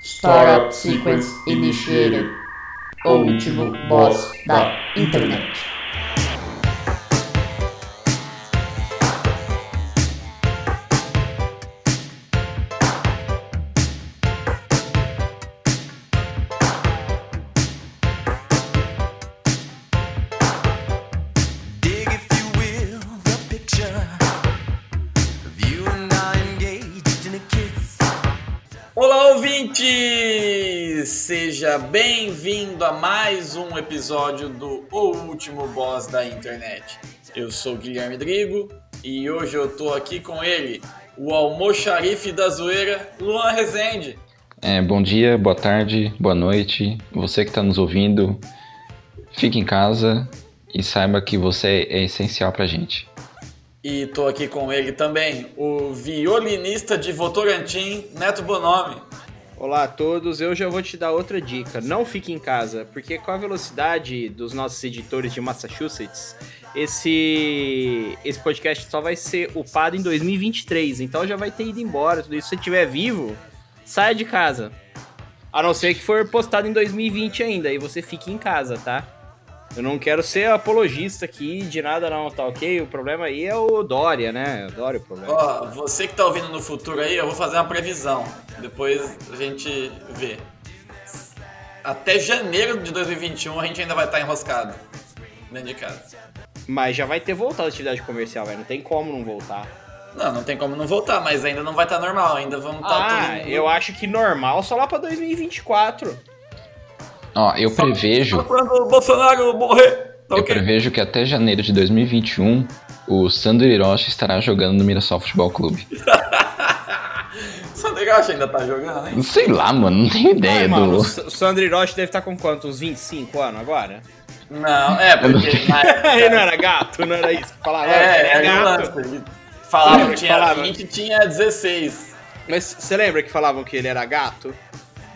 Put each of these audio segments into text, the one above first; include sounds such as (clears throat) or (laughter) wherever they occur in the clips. Startup Sequence Initiated, o último boss da internet. Dig, if you will, the picture of you and I engaged in a kiss. Olá, ouvinte! Seja bem-vindo a mais um episódio do O Último Boss da Internet. Eu sou o Guilherme Drigo e hoje eu tô aqui com ele, o almoxarife da zoeira, Luan Rezende. É, bom dia, boa tarde, boa noite. Você que está nos ouvindo, fique em casa e saiba que você é essencial pra gente. E tô aqui com ele também, o violinista de Votorantim, Neto Bonomi. Olá a todos, eu já vou te dar outra dica. Não fique em casa, porque com a velocidade dos nossos editores de Massachusetts, esse, esse podcast só vai ser upado em 2023, então já vai ter ido embora, tudo isso. Se você estiver vivo, saia de casa. A não ser que for postado em 2020 ainda, e você fique em casa, tá? Eu não quero ser apologista aqui de nada não, tá ok? O problema aí é o Dória, né? O Dória é o problema. Ó, você que tá ouvindo no futuro aí, eu vou fazer uma previsão. Depois a gente vê. Até janeiro de 2021 a gente ainda vai estar enroscado. Dentro de casa. Mas já vai ter voltado a atividade comercial, velho. Não tem como não voltar. Não, não tem como não voltar, mas ainda não vai estar normal, ainda vamos estar ah, tudo. eu acho que normal só lá pra 2024. Ó, eu prevejo, Só quando Tá o Bolsonaro morrer. Tá eu ok? prevejo que até janeiro de 2021 o Sandro Hiroshi estará jogando no Mirassol Futebol Clube. Só legal que ainda tá jogando, hein? Sei lá, mano, não tenho ideia é Ah, mano, do. o S- o Sandro Hiroshi deve estar com quanto? Uns 25 anos agora? (laughs) Não, é, porque. na Ele não época- era gato, não era isso que falava. é, era era o gato. lance. ele Falava que tinha Falava. 20 e tinha 16. Mas você lembra que falavam que ele era gato?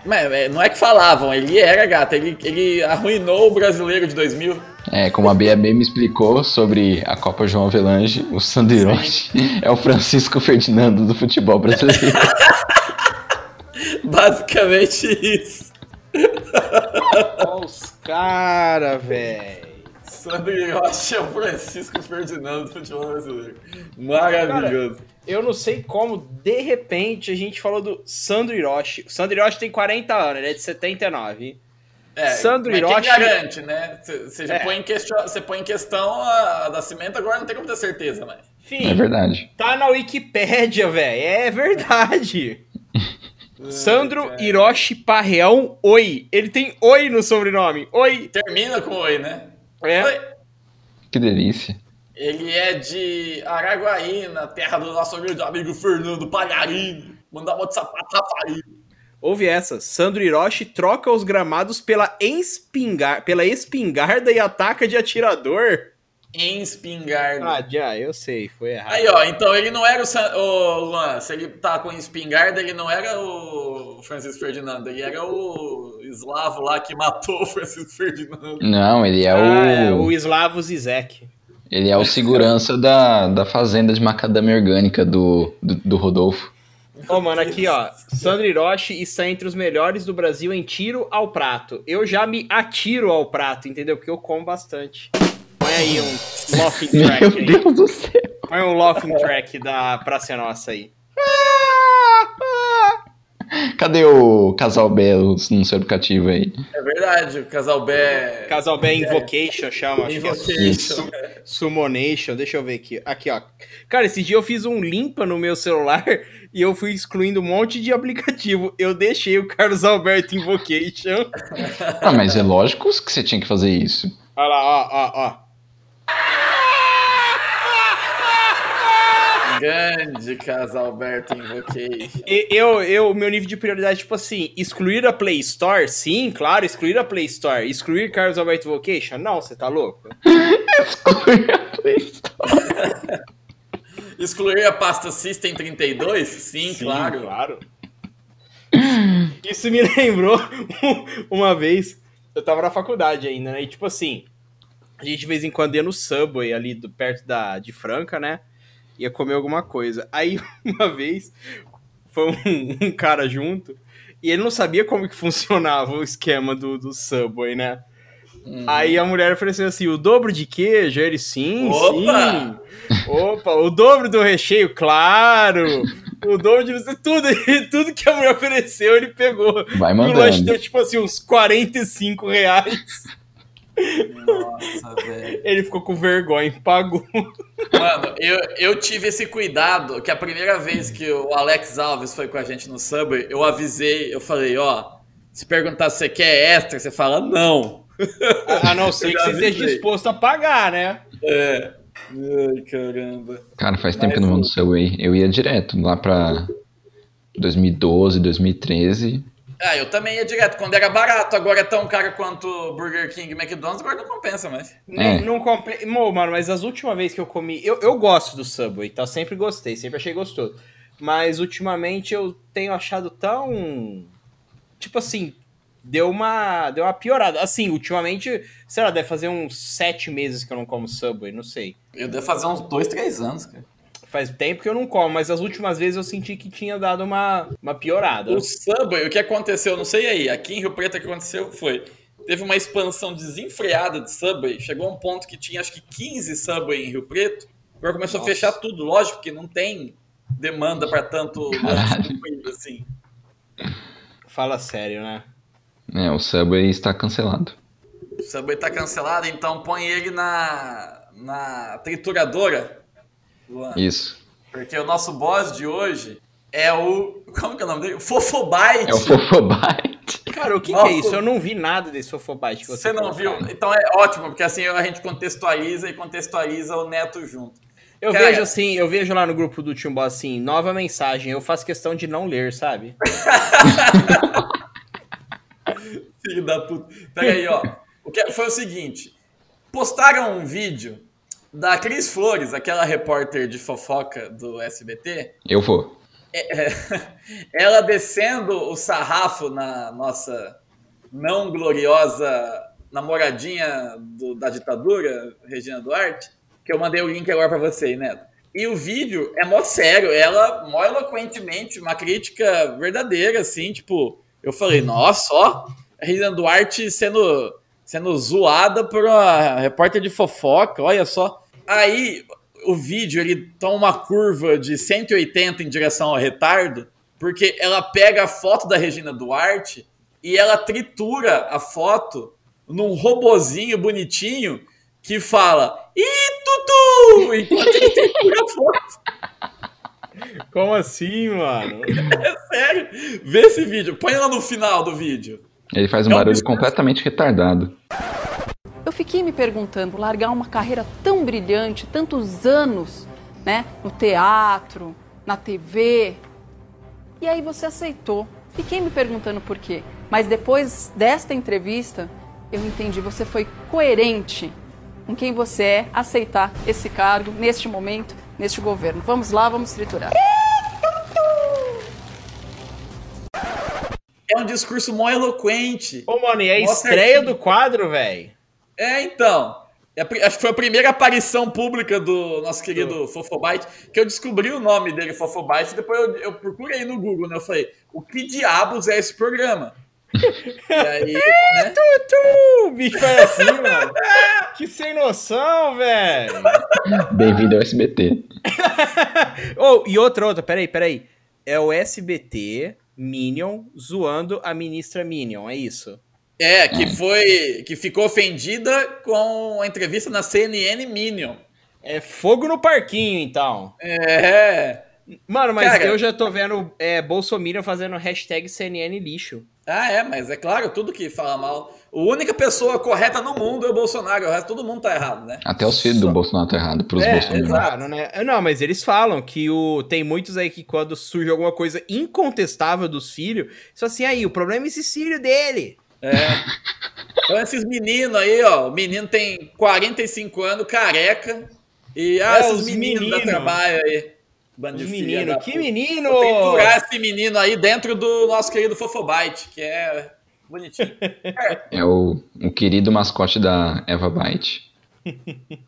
Mas é, não é que falavam, ele era gato, ele, ele arruinou o brasileiro de 2000. É, como a BAB me explicou sobre a Copa João Avelange, o Sandro Hiroshi é o Francisco Ferdinando do futebol brasileiro. (laughs) Basicamente isso. Olha os cara, velho. Sandro Hiroshi é o Francisco Ferdinando do futebol brasileiro. Maravilhoso. Eu não sei como, de repente, a gente falou do Sandro Hiroshi. O Sandro Hiroshi tem 40 anos, ele é de 79. É, Sandro mas Hiroshi- Quem garante, né? Você já É. põe, em question- você põe em questão a, a nascimento agora, não tem como ter certeza, mas. É Fim, verdade. Tá na Wikipédia, velho. É verdade. Sandro Hiroshi Parreão Oi. Ele tem Oi no sobrenome. Oi. Termina com oi, né? É. Oi. Que delícia. Ele é de Araguaína, terra do nosso humilde amigo Fernando Palharini. Mandar um de sapato Rafael. Ouve essa. Sandro Hiroshi troca os gramados pela, espingar... pela espingarda e ataca de atirador. Em espingarda. Ah, já, eu sei. Foi errado. Aí, ó, então ele não era o, San... o Luan, se ele tá com espingarda, ele não era o Francisco Ferdinando, ele era o eslavo lá que matou o Francisco Ferdinando. Não, ele é Ah, é, o. o Slavo Zizek. Ele é o segurança da, da fazenda de macadâmia orgânica do, do, do Rodolfo. Ô, mano, aqui, ó. Sandro Hiroshi está entre os melhores do Brasil em tiro ao prato. Eu já me atiro ao prato, entendeu? Porque eu como bastante. Põe aí um laughing track Meu aí. Deus do céu. Põe um laughing track da Praça é Nossa aí. Cadê o casal Belo no seu aplicativo aí? É verdade, o casal Bé. Casal B É. Invocation chama, acho que é Invocation. Summonation, deixa eu ver aqui. Aqui, ó. Cara, esse dia eu fiz um limpa no meu celular (laughs) e eu fui excluindo um monte de aplicativo. Eu deixei o Carlos Alberto Invocation. Ah, mas é lógico que você tinha que fazer isso. Olha lá, ó, ó, ó. Um Grande Casalberto Invocation. E- Eu, eu, meu nível de prioridade, tipo assim, excluir a Play Store? Sim, claro, excluir a Play Store. Excluir Carlos Alberto Vocation? Não, você tá louco? Excluir a pasta System 32? Sim, claro. (clears throat) Isso me lembrou (laughs) uma vez, eu tava na faculdade ainda, né? E tipo assim, a gente de vez em quando ia no Subway ali do, perto da, de Franca, né? (laughs) Ia comer alguma coisa. Aí uma vez, foi um, um cara junto, E ele não sabia como que funcionava o esquema do, do Subway, né? Hum, Aí a mulher ofereceu assim, o dobro de queijo? Ele, sim, Opa! sim. Opa, o dobro do recheio, claro. O dobro de tudo, (laughs) tudo que a mulher ofereceu, ele pegou. Vai E o lanche mandando. deu, tipo assim, uns 45 reais. Nossa, velho. Ele ficou com vergonha e pagou. Mano, eu, eu tive esse cuidado que a primeira vez que o Alex Alves foi com a gente no Subway, eu avisei, eu falei, ó, se perguntar se você quer extra, você fala não. A não ser Eu que já você esteja avisei. disposto a pagar, né? É. Ai, caramba. Cara, faz tempo que eu não vou no Subway. Eu ia direto lá pra 2012, 2013. Ah, eu também ia direto. Quando era barato, agora é tão caro quanto Burger King e McDonald's, agora não compensa mais. É. Nem- Não comprei. Mô, mano, mas as últimas vezes que eu comi. Eu, eu gosto do Subway, tá? Sempre gostei, sempre achei gostoso. Mas ultimamente eu tenho achado tão. Tipo assim, deu uma. Deu uma piorada. Assim, ultimamente, sei lá, deve fazer uns sete meses que eu não como Subway, não sei. Eu devo fazer uns dois, três anos, cara. Faz tempo que eu não como, mas as últimas vezes eu senti que tinha dado uma, uma piorada. O Subway, o que aconteceu, não sei aí, aqui em Rio Preto o que aconteceu foi, teve uma expansão desenfreada de Subway, chegou a um ponto que tinha acho que 15 Subway em Rio Preto, agora começou Nossa. a fechar tudo, lógico, porque não tem demanda para tanto (laughs) Caralho. tanto comida, assim. Fala sério, né? É, o Subway está cancelado. O Subway tá cancelado, então põe ele na, na trituradora, Luan, Isso. porque o nosso boss de hoje é o, como que é o nome dele? Fofobite. É o Fofobite. Cara, o que, que Nossa. é isso? Eu não vi nada desse fofobite que você Você não viu? colocou. Então é ótimo, porque assim a gente contextualiza e contextualiza o Neto junto. Eu Cara. vejo assim, eu vejo lá no grupo do Timbo assim, nova mensagem, eu faço questão de não ler, sabe? Filho da puta. Pega Então, aí, ó. O que é, foi o seguinte: postaram um vídeo da Cris Flores, aquela repórter de fofoca do SBT, Eu vou. É, (laughs) ela descendo o sarrafo na nossa não gloriosa namoradinha do- da ditadura, Regina Duarte, que eu mandei o link agora pra você, aí, Neto. E o vídeo é mó sério, ela mó eloquentemente, uma crítica verdadeira, assim, tipo, eu falei, nossa, ó, a Regina Duarte sendo, sendo zoada por uma repórter de fofoca, olha só. Aí o vídeo ele toma uma curva de 180 em direção ao retardo, porque ela pega a foto da Regina Duarte e ela tritura a foto num robozinho bonitinho que fala Ih, Tutu! Enquanto ele tritura a foto. (laughs) (laughs) Como assim, mano? Sério, vê esse vídeo. Põe lá no final do vídeo. Ele faz um É um barulho biscoito. completamente retardado. Eu fiquei me perguntando, largar uma carreira tão brilhante, tantos anos, né, no teatro, na TV. E aí você aceitou. Fiquei me perguntando por quê. Mas depois desta entrevista, eu entendi, você foi coerente com quem você é aceitar esse cargo neste momento, neste governo. Vamos lá, vamos triturar. É um discurso mó eloquente. Ô, mano, e é a Mostra estreia aqui. do quadro, velho. É, então. É a pri- Acho que foi a primeira aparição pública do nosso querido Fofobite, que eu descobri o nome dele, Fofobite, depois eu, eu procurei no Google, né? Eu falei, o que diabos é esse programa? e aí, né? O bicho é assim, mano. (laughs) Que sem noção, velho. Bem-vindo ao SBT. Oh, e outra, outra, peraí, peraí. É o SBT Minion zoando a ministra Minion, é isso? É, que foi, que ficou ofendida com a entrevista na CNN Minion. É fogo no parquinho, então. É. Mano, mas Cara. eu já tô vendo é, Bolsominion fazendo hashtag CNN lixo. Ah, é, mas é claro, tudo que fala mal. A única pessoa correta no mundo é o Bolsonaro, o resto todo mundo tá errado, né? Até os filhos do Bolsonaro tá errado, pros é, bolsominions. Claro, né? Não, mas eles falam que o tem muitos aí que quando surge alguma coisa incontestável dos filhos, só assim, aí, o problema é esse filho dele. É. Então esses meninos aí, ó, o menino tem 45 anos, careca, e ah, É, esses os meninos menino. da trabalho aí. Bando Os de filha menino, da que puta. menino! Vou Pendurar esse menino aí dentro do nosso querido Fofobite, que é (laughs) bonitinho. É o, o querido mascote da Eva Byte.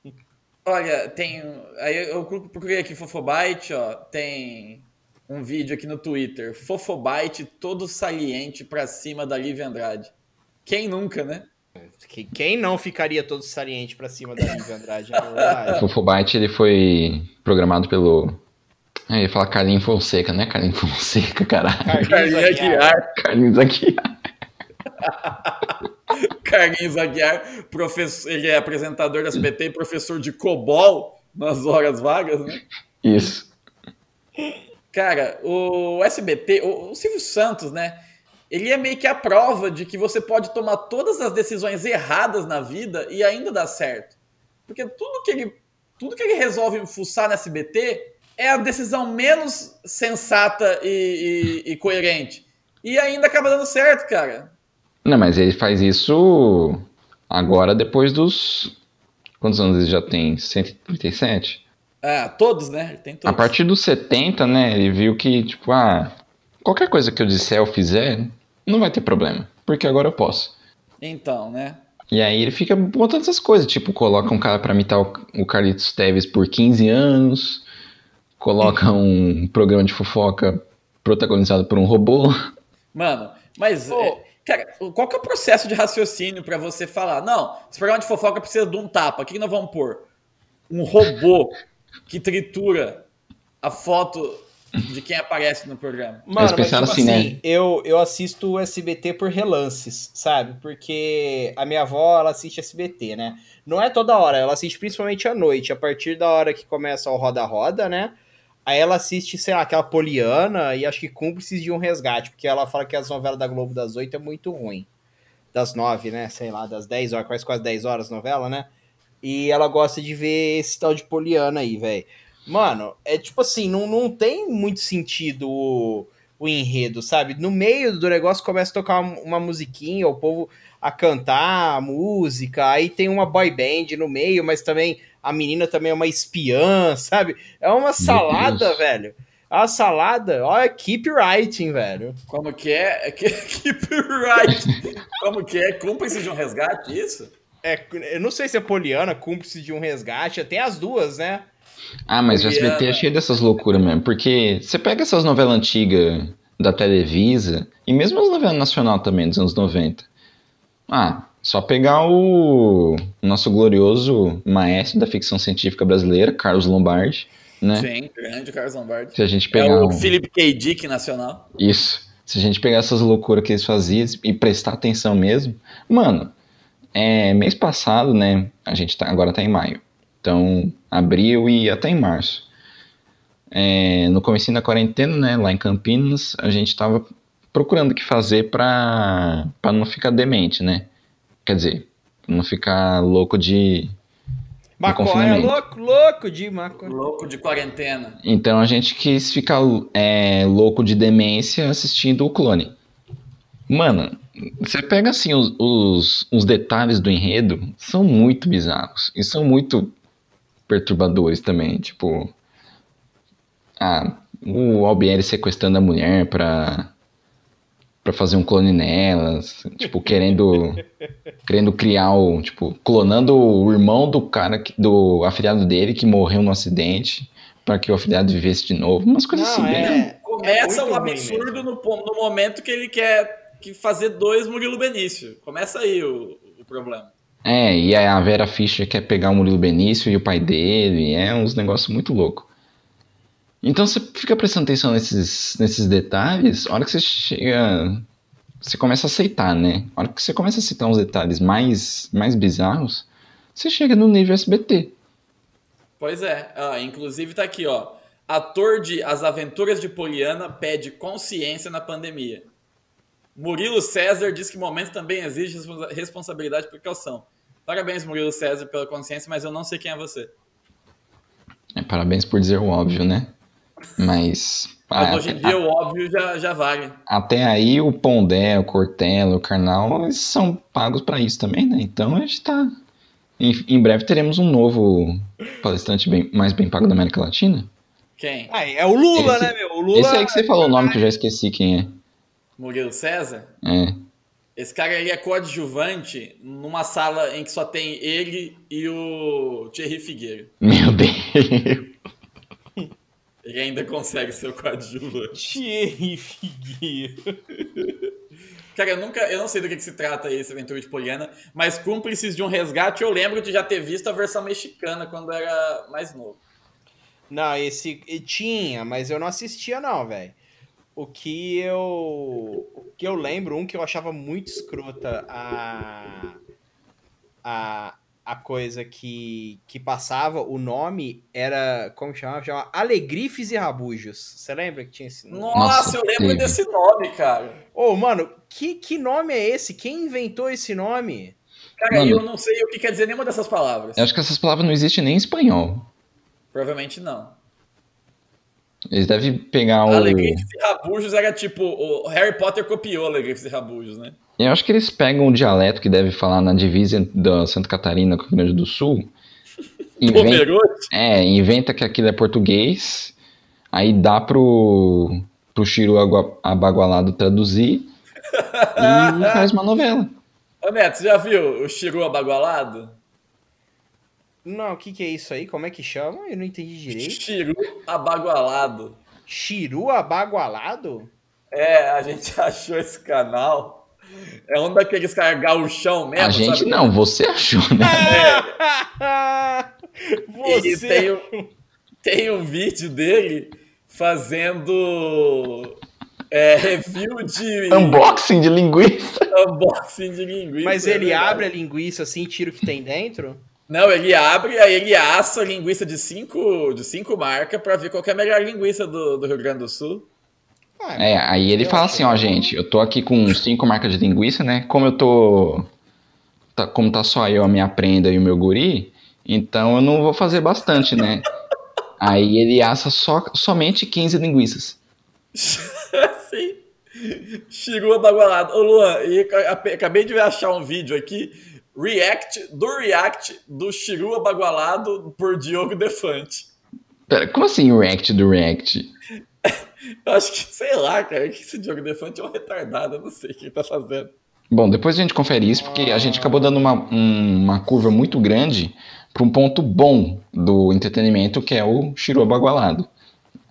um, Olha, tem. Aí eu procurei aqui Fofobite, ó. Tem um vídeo aqui no Twitter. Fofobite todo saliente pra cima da Lívia Andrade. Quem nunca, né? Que- Quem não ficaria todo saliente pra cima da (laughs) Lívia Andrade? É verdade. O Fofobite ele foi programado pelo. Ah, Eu ia falar Carlinhos Fonseca, né? Carlinhos Fonseca, (laughs) caralho. Carlinhos Aguiar. Carlinhos aqui. (laughs) Carlinhos Aguiar, professor, ele é apresentador da SBT e professor de COBOL nas horas vagas, né? Isso. Cara, o SBT, o, o Silvio Santos, né? Ele é meio que a prova de que você pode tomar todas as decisões erradas na vida e ainda dar certo. Porque tudo que ele, tudo que ele resolve fuçar no SBT é a decisão menos sensata e, e- e coerente. E ainda acaba dando certo, cara. Não, mas ele faz isso agora depois dos. Quantos anos ele já tem? 137? Ah, todos, né? Ele Tem A todos. partir dos 70, né, ele viu que, tipo, ah, qualquer coisa que eu disser ou fizer, não vai ter problema, porque agora eu posso. Então, né? E aí ele fica botando essas coisas, tipo, coloca um cara pra imitar o o Carlitos Teves por 15 anos, coloca É. um programa de fofoca protagonizado por um robô. Mano, mas. Ô. é, Cara, qual que é o processo de raciocínio pra você falar? Não, esse programa de fofoca precisa de um tapa. O que que nós vamos pôr? Um robô que tritura a foto de quem aparece no programa. Mano, mas tipo pensaram assim, assim, eu, eu assisto o SBT por relances, sabe? Porque a minha avó, ela assiste SBT, né? Não é toda hora, ela assiste principalmente à noite, a partir da hora que começa o roda-roda, né? Aí ela assiste, sei lá, aquela Poliana e acho que Cúmplices de um Resgate, porque ela fala que as novelas da Globo das oito é muito ruim. Das nove, né? Sei lá, das dez horas, quase quase dez horas novela, né? E ela gosta de ver esse tal de Poliana aí, velho. Mano, é tipo assim, não, não tem muito sentido o, o enredo, sabe? No meio do negócio começa a tocar um, uma, uma musiquinha, o povo a cantar a música, aí tem uma boy band no meio, mas também a menina também é uma espiã, (laughs) sabe? É uma salada, Deus. velho. É uma salada, olha, keep writing, velho. Como que é? É que- (laughs) Keep right. Como que é? Cúmplice de um resgate, isso? É, eu não sei se é Poliana, cúmplice de um resgate, tem as duas, né? Ah, mas o SBT é Juliana. cheio dessas loucuras mesmo, porque você pega essas novelas antigas da Televisa, e mesmo as novelas nacional também, dos anos 90. Ah, só pegar o nosso glorioso maestro da ficção científica brasileira, Carlos Lombardi, né? Sim, grande Carlos Lombardi. Se a gente É pegar o um- Philip K. Dick nacional. isso, se a gente pegar essas loucuras que eles faziam e prestar atenção mesmo, mano, é, mês passado, né? A gente tá, agora tá em maio. Então, abril e até em março. É, no comecinho da quarentena, né? Lá em Campinas, a gente tava procurando o que fazer pra, pra não ficar demente, né? Quer dizer, não ficar louco de. Maconha, é confinamento. louco, louco de maconha. Louco de quarentena. Então a gente quis ficar é, louco de demência assistindo o clone. Mano, você pega assim os, os, os detalhes do enredo, são muito bizarros e são muito perturbadores também. Tipo, ah, o Albieri sequestrando a mulher pra, pra fazer um clone nelas, tipo, querendo querendo criar o, tipo, clonando o irmão do cara, que- do afiliado dele que morreu no acidente, pra que o afiliado vivesse de novo, umas coisas Não, assim. bem- é, Começa É o muito ruim absurdo mesmo. no, pon- no momento que ele quer que fazer dois Murilo Benício. Começa aí o, o problema. É, e aí a Vera Fischer quer pegar o Murilo Benício e o pai dele, é uns negócios muito louco. Então você fica prestando atenção nesses, nesses detalhes, a hora que você chega. Você começa a aceitar, né? A hora que você começa a aceitar uns detalhes mais, mais bizarros, você chega no nível SBT. Pois é. Ah, inclusive tá aqui, ó. Ator de As Aventuras de Poliana pede consciência na pandemia. Murilo César diz que momento também exige responsa- responsabilidade e precaução. Parabéns, Murilo César, pela consciência, mas eu não sei quem é você. É, parabéns por dizer o óbvio, né? Mas. Mas ah, hoje em dia, o óbvio já, já vale. Até aí o Pondé, o Cortella, o Carnal, eles são pagos pra isso também, né? Então a gente tá. Em, em breve teremos um novo palestrante bem- mais bem pago da América Latina. Quem? Ah, é o Lula, Esse- né, meu? O Lula. Esse aí que você falou o nome que eu já esqueci quem é. Murilo César? É. Esse cara ele é coadjuvante numa sala em que só tem (laughs) ele e o Thierry Figueiredo. Meu Deus. Ele ainda (laughs) consegue ser o coadjuvante. Thierry Figueiredo. Cara, eu nunca. Eu não sei do que, que se trata esse Aventura de Poliana, mas Cúmplices de um Resgate, eu lembro de já ter visto a versão mexicana quando era mais novo. Não, esse e tinha, mas eu não assistia não, velho. O que eu o que eu lembro, um que eu achava muito escrota a a, a coisa que que passava, o nome era como chamava? Chamava Alegrifes e Rabujos. Você lembra que tinha esse nome? Nossa, Nossa, eu lembro sim. desse nome, cara. Ô, mano, que que nome é esse? Quem inventou esse nome? Cara, Mano. eu não sei o que quer dizer nenhuma dessas palavras. Eu acho que essas palavras não existem nem em espanhol. Provavelmente não. Eles devem pegar o. Alegrifes e Rabujos era tipo. O Harry Potter copiou Alegrifes e Rabujos, né? Eu acho que eles pegam o dialeto que deve falar na divisa da Santa Catarina com o Rio Grande do Sul. Inventa, Pomerote? é, inventa que aquilo é português, aí dá pro, pro Chiru Agua- Abagualado traduzir e faz uma novela. Ô Neto, você já viu o Chiru abagualado? Não, o que que é isso aí? Como é que chama? Eu não entendi direito. Chiru tá abagualado. Chiru abagualado? É, a gente (laughs) achou esse canal. É um daqueles caras gauchão mesmo, a gente sabe? não, você achou, né? E Você tem o, tem um vídeo dele fazendo é, review de Unboxing de linguiça. unboxing de linguiça. Mas ele né? abre a linguiça assim, tira o que tem dentro? Não, ele abre, aí ele assa a linguiça de cinco, de cinco marcas pra ver qual que é a melhor linguiça do, do Rio Grande do Sul. Ah, É, aí ele eu fala acho assim, ó, que- gente, eu tô aqui com cinco marcas de linguiça, né? Como eu tô. tá- como tá só eu, a minha prenda e o meu guri, então eu não vou fazer bastante, né? Aí ele assa só, somente 15 linguiças. Sim. Chegou abagualado. Ô Luan, e ca- ape- acabei de achar um vídeo aqui. React do React do Chiru Abagualado por Diogo Defante. Pera, como assim o react do react? Eu acho que, sei lá, cara, que esse Diogo Defante é um retardado, eu não sei o que ele tá fazendo. Bom, depois a gente confere isso, porque a gente acabou dando uma, um- uma curva muito grande para um ponto bom do entretenimento, que é o Shiro Bagualado.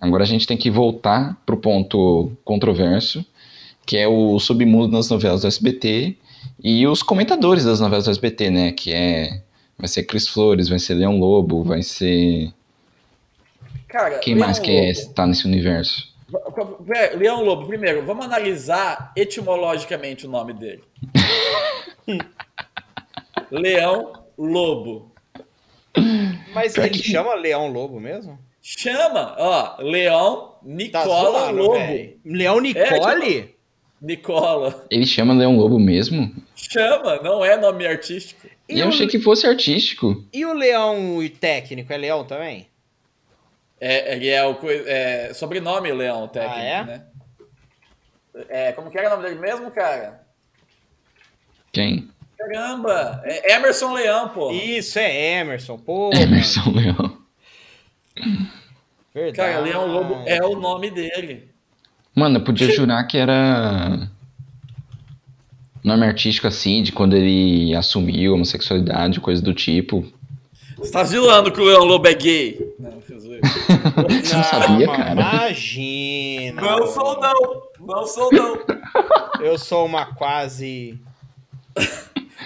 Agora a gente tem que voltar para o ponto controverso, que é o submundo nas novelas do SBT e os comentadores das novelas do SBT, né? Que é. Vai ser Cris Flores, vai ser Leão Lobo, vai ser. Cara, Quem Leão mais que é, Lobo. tá nesse universo? V- v- Leão Lobo, primeiro, vamos analisar etimologicamente o nome dele. (laughs) Leão Lobo. Mas ele chama Leão Lobo mesmo? Chama, ó, Leão Tá Nicola zoando, Lobo. É, tipo, véi. Leão Nicole? Nicola. Ele chama Leão Lobo mesmo? Chama, não é nome artístico. e, E eu o, achei que fosse artístico. e o Leão técnico é Leão também? É, ele é o coi- é, sobrenome Leão, o técnico, Ah, é? né? É, como que era o nome dele mesmo, cara? Quem? Caramba! É Emerson Leão, pô. Isso, é Emerson, pô. Emerson Leão. mano. Verdade. Cara, Leão Lobo é o nome dele. Mano, eu podia jurar que era nome artístico assim, de quando ele assumiu homossexualidade, coisa do tipo. Você tá zoando que o Leão Lobo é gay? Não, quer dizer, Você não sabia, mano, cara? Imagina. não sou não! Não sou não! Eu sou uma quase.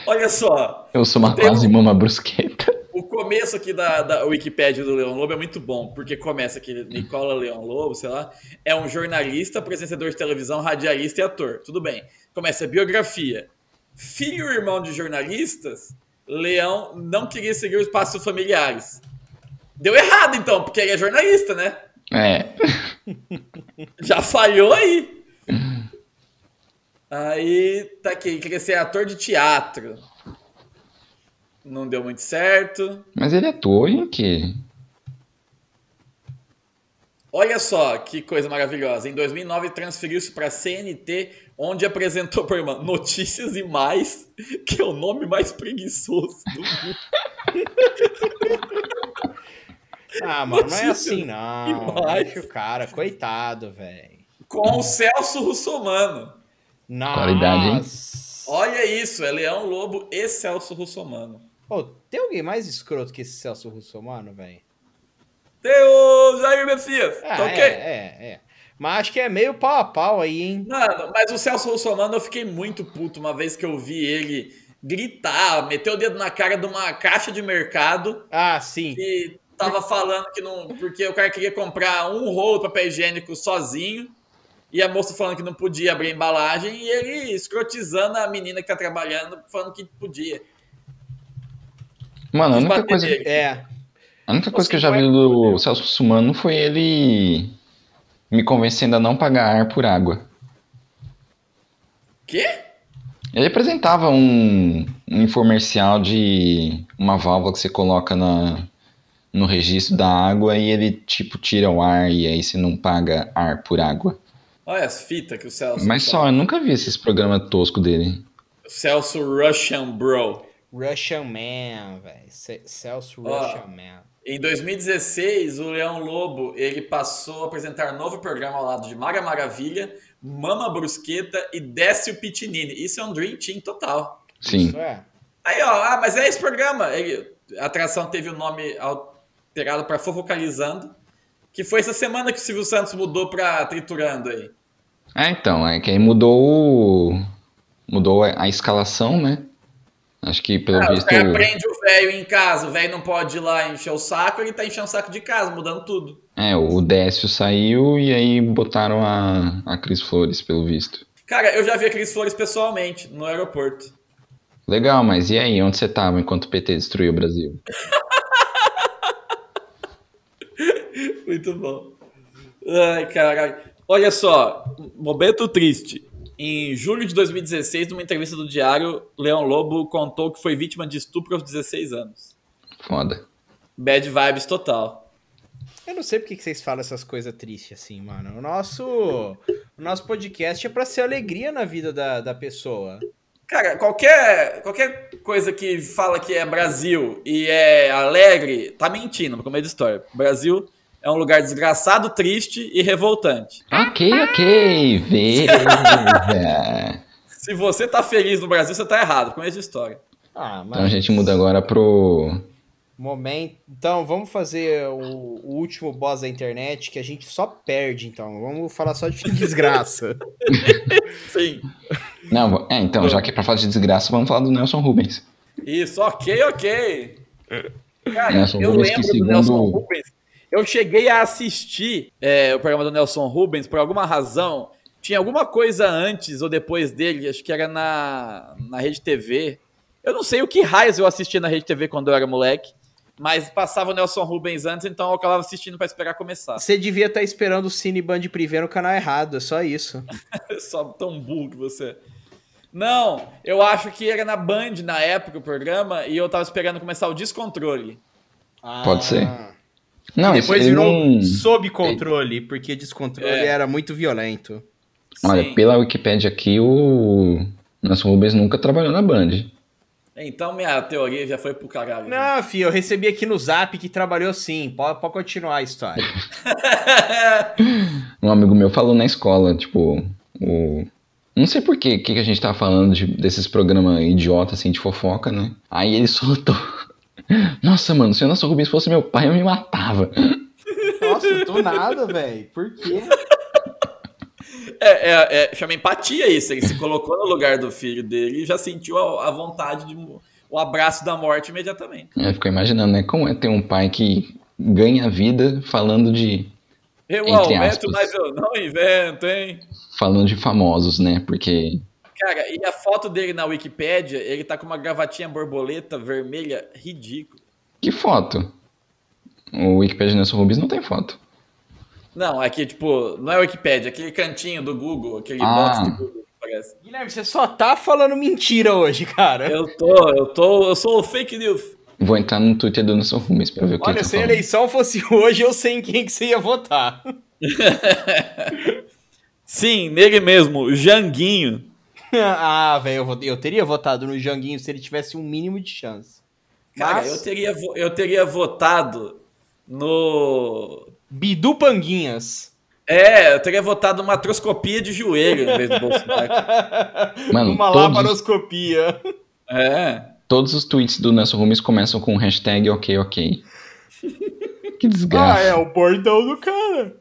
Olha só, Eu sou uma Tem um- quase mama brusqueta. (laughs) o começo aqui da, da Wikipédia do Leão Lobo é muito bom, porque começa aqui, Nicola Leão Lobo, sei lá, é um jornalista, apresentador de televisão, radialista e ator. Tudo bem. Começa a biografia. Filho e irmão de jornalistas, Leão não queria seguir os passos familiares. Deu errado então, porque ele é jornalista, né? É. Já falhou aí. Aí tá aqui, queria ser ator de teatro. Não deu muito certo. Mas ele atuou em quê? Olha só que coisa maravilhosa. Em 2009 transferiu-se para CNT, onde apresentou por irmã Notícias e Mais, que é o nome mais preguiçoso do mundo. Ah, mano, não é Notícia. assim não. Demais. Deixa o cara, coitado, velho. Com o Celso Russomano. Qualidade, hein? Nossa. Olha isso, é Leão Lobo e Celso Russomano. Pô, tem alguém mais escroto que esse Celso Russo, mano, velho? Tem o Jair Messias. Ah, tá ok? é, é, é. Mas acho que é meio pau a pau aí, hein? Mano, mas o Celso Russomano eu fiquei muito puto uma vez que eu vi ele gritar, meter o dedo na cara de uma caixa de mercado Ah, sim. e tava falando que não. Porque o cara queria comprar um rolo de papel higiênico sozinho. E a moça falando que não podia abrir a embalagem e ele escrotizando a menina que tá trabalhando, falando que podia. Mano, a única Bater coisa, nele. É. a única coisa que eu Você já vi vai- do Celso Sumano foi ele me convencendo a não pagar ar por água. Quê? Ele apresentava um, um infomercial de uma válvula que você coloca na, no registro da água e ele, tipo, tira o ar e aí você não paga ar por água. Olha as fitas que o Celso. Mas só, eu nunca vi esses programas tosco dele. O Celso Russian Bro. Russian Man, velho. Ce- Celso Ó. Russian Man. Em 2016, o Leão Lobo ele passou a apresentar um novo programa ao lado de Mara Maravilha, Mama Brusqueta e Décio Pitinini. Isso é um Dream Team total. Sim. Isso é. Aí, ó, ah, mas é esse programa. Ele- a atração teve o nome alterado para Fofocalizando, que foi essa semana que o Silvio Santos mudou para Triturando aí. Ah, então, é que aí mudou o- mudou a, a escalação, né? Acho que pelo Ah, o visto. cara prende o velho em casa, o velho não pode ir lá encher o saco, ele tá enchendo o saco de casa, mudando tudo. É, o Décio saiu e aí botaram a, a Cris Flores, pelo visto. Cara, eu já vi aqueles flores pessoalmente no aeroporto. (laughs) Legal, mas e aí, onde você tava enquanto o PT destruiu o Brasil? Muito bom. Ai, caralho. Olha só, momento triste. Em julho de 2016, numa entrevista do Diário, Leão Lobo contou que foi vítima de estupro aos 16 anos. Foda. Bad vibes total. Eu não sei porque que vocês falam essas coisas tristes assim, mano. O nosso, o nosso podcast é pra ser alegria na vida da, da pessoa. Cara, qualquer, qualquer coisa que fala que é Brasil e é alegre, tá mentindo, como é de história. Brasil é um lugar desgraçado, triste e revoltante. Ok, ok, veja. Se você tá feliz no Brasil, você tá errado, como é de história. Ah, mas. Então a gente muda agora pro. Momento. Então, vamos fazer o, o último boss da internet que a gente só perde, então. Vamos falar só de (laughs) desgraça. Sim. Não, é, então, já que é pra falar de desgraça, vamos falar do Nelson Rubens. Isso, ok, ok. Cara, Nelson eu Rubens que lembro segundo- do Nelson Rubens. Eu cheguei a assistir é, o programa do Nelson Rubens, por alguma razão. Tinha alguma coisa antes ou depois dele, acho que era na, na Rede TV. Eu não sei o que raios eu assisti na Rede TV quando eu era moleque, mas passava o Nelson Rubens antes, então eu acabava assistindo pra esperar começar. (laughs) Você devia estar esperando o Cine Band Privé no canal errado, é só isso. Só tão burro que você. é. Não, eu acho que era na Band na época o programa e eu tava esperando começar o descontrole. Pode ser. Não, esse- Ah. Depois ele virou um- não. sob controle, porque descontrole É. era muito violento. Olha, Sim. pela Wikipédia aqui, o Nelson Rubens nunca trabalhou na Band. Então minha teoria já foi pro caralho. né? Não, filho, eu recebi aqui no zap que trabalhou sim. Pode, pode continuar a história. Um amigo meu falou na escola, tipo, o. Não sei por quê, que que a gente tava falando de- desses programas idiota, assim, de fofoca, né? Aí ele (laughs) soltou. Nossa, mano, se o Nelson Rubens fosse meu pai, eu me matava. Nossa, do nada, velho. Por quê? É, é, é, chama empatia isso. Ele se colocou no lugar do filho dele e já sentiu a, a vontade de um- o abraço da morte imediatamente. Eu fico imaginando, né? Como é ter um pai que ganha vida falando de Eu Entre aumento, aspas. mas eu não invento, hein? falando de famosos, né? Porque Cara, e a foto dele na Wikipédia, ele tá com uma gravatinha borboleta vermelha ridícula. que foto? O Wikipedia Nelson Rubens não tem foto. Não, aqui, tipo, não é Wikipédia, aquele cantinho do Google, aquele Ah. box do Google que parece. Guilherme, você só tá falando mentira hoje, cara. Eu tô, eu tô, eu sou o fake news. Vou entrar no Twitter do Nelson Rubens pra ver o que ele Olha, tá se a falando. eleição fosse (laughs) hoje, eu sei em quem que você ia votar. (laughs) Sim, nele mesmo, Janguinho. ah, velho, eu, vot- eu teria votado no Janguinho se ele tivesse um mínimo de chance. Cara, Mas- eu, teria, vo- eu teria votado no. Bidu Panguinhas. É, eu teria votado numa atroscopia de joelho em vez do Bolsonaro. Mano, Uma todos- laparoscopia. (laughs) É. Todos os tweets do Nelson Rubens começam com hashtag ok, ok. que desgraça. Ah, é, o bordão do cara.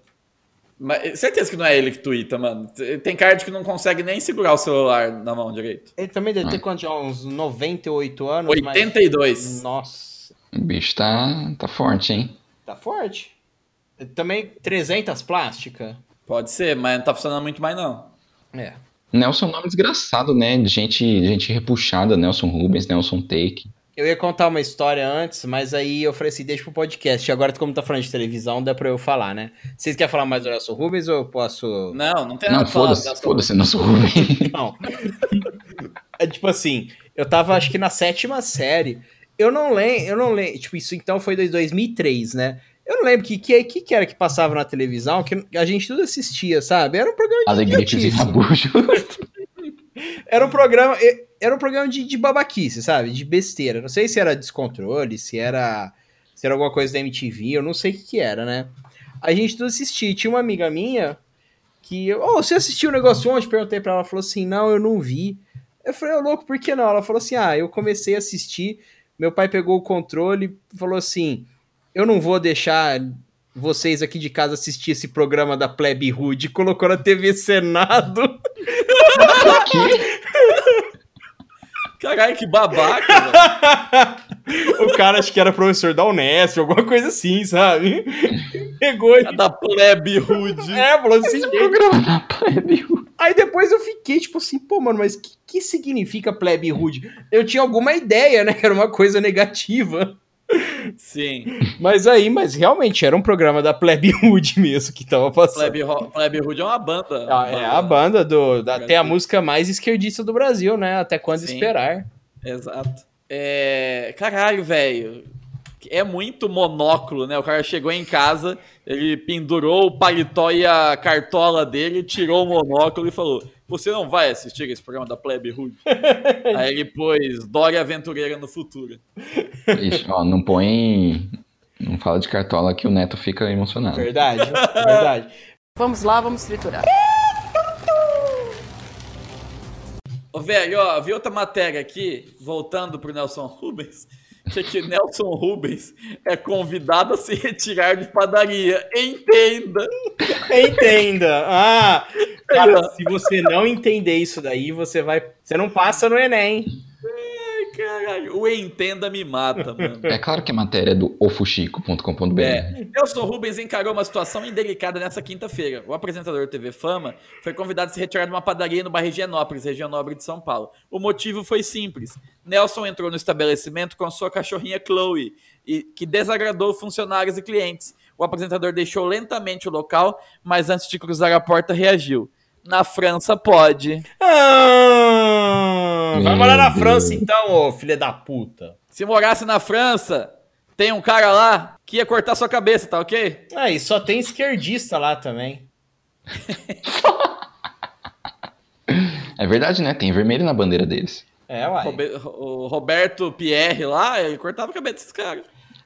Mas, certeza que não é ele que tuita, mano. Tem card que não consegue nem segurar o celular na mão direito. Ele também deve Ah. ter quanto? Uns 98 anos. mas- 82. Nossa, O bicho tá, tá forte, hein? tá forte. Também 300 plástica. Pode ser, mas não tá funcionando muito mais, não. É. Nelson é um nome desgraçado, né? De gente, gente repuxada, Nelson Rubens, Nelson Take. Eu ia contar uma história antes, mas aí eu falei assim, deixa pro podcast. Agora, como tá falando de televisão, dá pra eu falar, né? Vocês querem falar mais do Nelson Rubens ou eu posso... Não, É, não tem Não, nada pra falar. tá foda-se, foda-se, Nelson Rubens. (laughs) Não. é tipo assim, eu tava acho que na sétima série. Eu não lembro, eu não lembro, tipo, isso então foi de 2003, né? Eu não lembro que que, que que era que passava na televisão, que a gente tudo assistia, sabe? Era um programa de Alegrete e idiotice. rabujo. (laughs) Era um programa, e- era um programa de, de babaquice, sabe? De besteira. Não sei se era descontrole, se era se era alguma coisa da MTV, eu não sei o que que era, né? A gente tudo assistia. Tinha uma amiga minha que, ô, você assistiu o negócio ontem? Perguntei pra ela, ela falou assim, não, eu não vi. Eu falei, ô, louco, por que não? Ela falou assim, ah, eu comecei a assistir, meu pai pegou o controle e falou assim, eu não vou deixar vocês aqui de casa assistir esse programa da Plebe Rude, colocou na TV Senado. Caralho, que babaca, velho. (laughs) o cara acho que era professor da Unesp, alguma coisa assim, sabe? Pegou e. Cara Da plebe (laughs) rude. É, falou assim. programa da plebe. Aí depois eu fiquei, tipo assim, pô, mano, mas que, que significa plebe rude? Eu tinha alguma ideia, né? Que era uma coisa negativa. Sim. Mas aí, mas realmente era um programa da plebe rude mesmo que tava passando. Plebe, Ro- Plebe rude é uma banda. Ah, é a banda do. Da, tem a música mais esquerdista do Brasil, né? Até quando Sim. esperar. Exato. É, Caralho, velho. É muito monóculo, né? O cara chegou em casa, ele pendurou o paletó e a cartola dele, tirou o monóculo e falou: Você não vai assistir esse programa da Plebe Rude. Aí ele pôs Dória Aventureira no futuro. Ixi, ó, não põe. Não fala de cartola que o neto fica emocionado. Verdade, (laughs) verdade. Vamos lá, vamos triturar. Ô, velho, ó, vi outra matéria aqui, voltando pro Nelson Rubens, que é que Nelson Rubens é convidado a se retirar de padaria. Entenda! Entenda. Ah, cara, se você não entender isso daí, você vai, você não passa no Enem. Ai, caralho, o entenda me mata, mano. É claro que a matéria é do ofuxico.com.br. É, Nelson Rubens encarou uma situação indelicada nessa quinta-feira. O apresentador TV Fama foi convidado a se retirar de uma padaria no bairro Higienópolis, região nobre de São Paulo. O motivo foi simples. Nelson entrou no estabelecimento com sua cachorrinha Chloe, e, que desagradou funcionários e clientes. O apresentador deixou lentamente o local, mas antes de cruzar a porta reagiu. Na França pode. Ah, vai Meu morar na Deus. França então, ô filha da puta. Se morasse na França, tem um cara lá que ia cortar sua cabeça, tá ok? Ah, e só tem esquerdista lá também. É verdade, né? Tem vermelho na bandeira deles. É, uai. Robe- o Roberto Pierre lá, ele cortava a cabeça desses caras.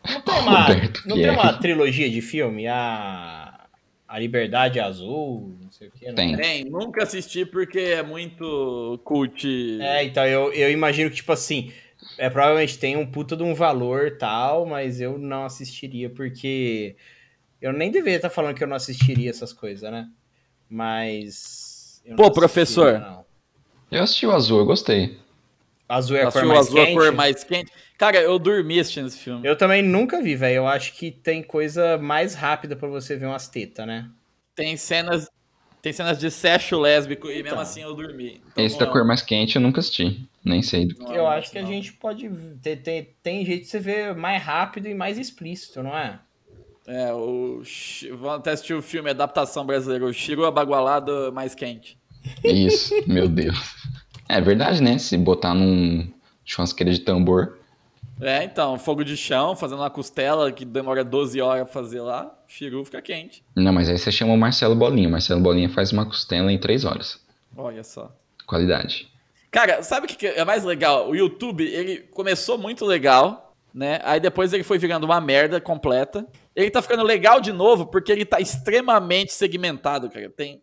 Não tem uma, Roberto não tem uma Pierre. trilogia de filme? A, a Liberdade Azul, não sei o que. não Tem. Bem, nunca assisti porque é muito cult. É, então eu, eu imagino que, tipo assim, é, provavelmente tem um puta de um valor tal, mas eu não assistiria, porque eu nem deveria estar falando que eu não assistiria essas coisas, né? Mas. eu não Pô, assistiria, professor. não. Eu assisti o azul, eu gostei. Azul é a cor Assistiu mais a sua quente? cor mais quente. Cara, eu dormi assistindo esse filme. Eu também nunca vi, velho. Eu acho que tem coisa mais rápida pra você ver umas tetas, né? Tem cenas. Tem cenas de sexo lésbico e mesmo Então. assim eu dormi. Então, Esse não da é um- cor mais quente eu nunca assisti. Nem sei. do- não é um eu acho que a não. gente pode. Tem, tem, tem jeito de você ver mais rápido e mais explícito, não é? É, o. Shi- Vão até assistir o filme Adaptação Brasileira, o Shiro Abagualado Mais Quente. é Isso, meu Deus. É verdade, né? Se botar num churrasqueira de tambor. É, então, fogo de chão, fazendo uma costela que demora 12 horas pra fazer lá, Shiro fica quente. Não, mas aí você chama o Marcelo Bolinha. O Marcelo Bolinha faz uma costela em três horas. Olha só. Qualidade. Cara, sabe o que que é mais legal? O YouTube, ele começou muito legal, né? Aí depois ele foi virando uma merda completa. Ele tá ficando legal de novo porque ele tá extremamente segmentado, cara. Tem,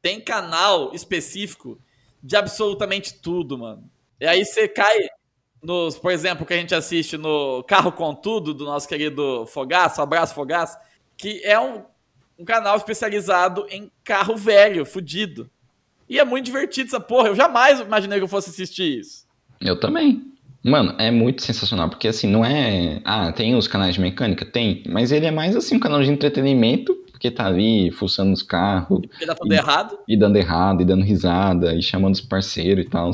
tem canal específico de absolutamente tudo, mano. E aí você cai. nos, por exemplo, que a gente assiste no Carro com Tudo, do nosso querido Fogaço, abraço Fogaço, que é um, um canal especializado em carro velho, fudido. E é muito divertido essa porra. Eu jamais imaginei que eu fosse assistir isso. Eu também. Mano, é muito sensacional, porque assim, não é. Ah, tem os canais de mecânica? Tem, mas ele é mais assim um canal de entretenimento, porque tá ali fuçando os carros. Porque tá tudo errado. E dando errado, e dando risada, e chamando os parceiros e tal.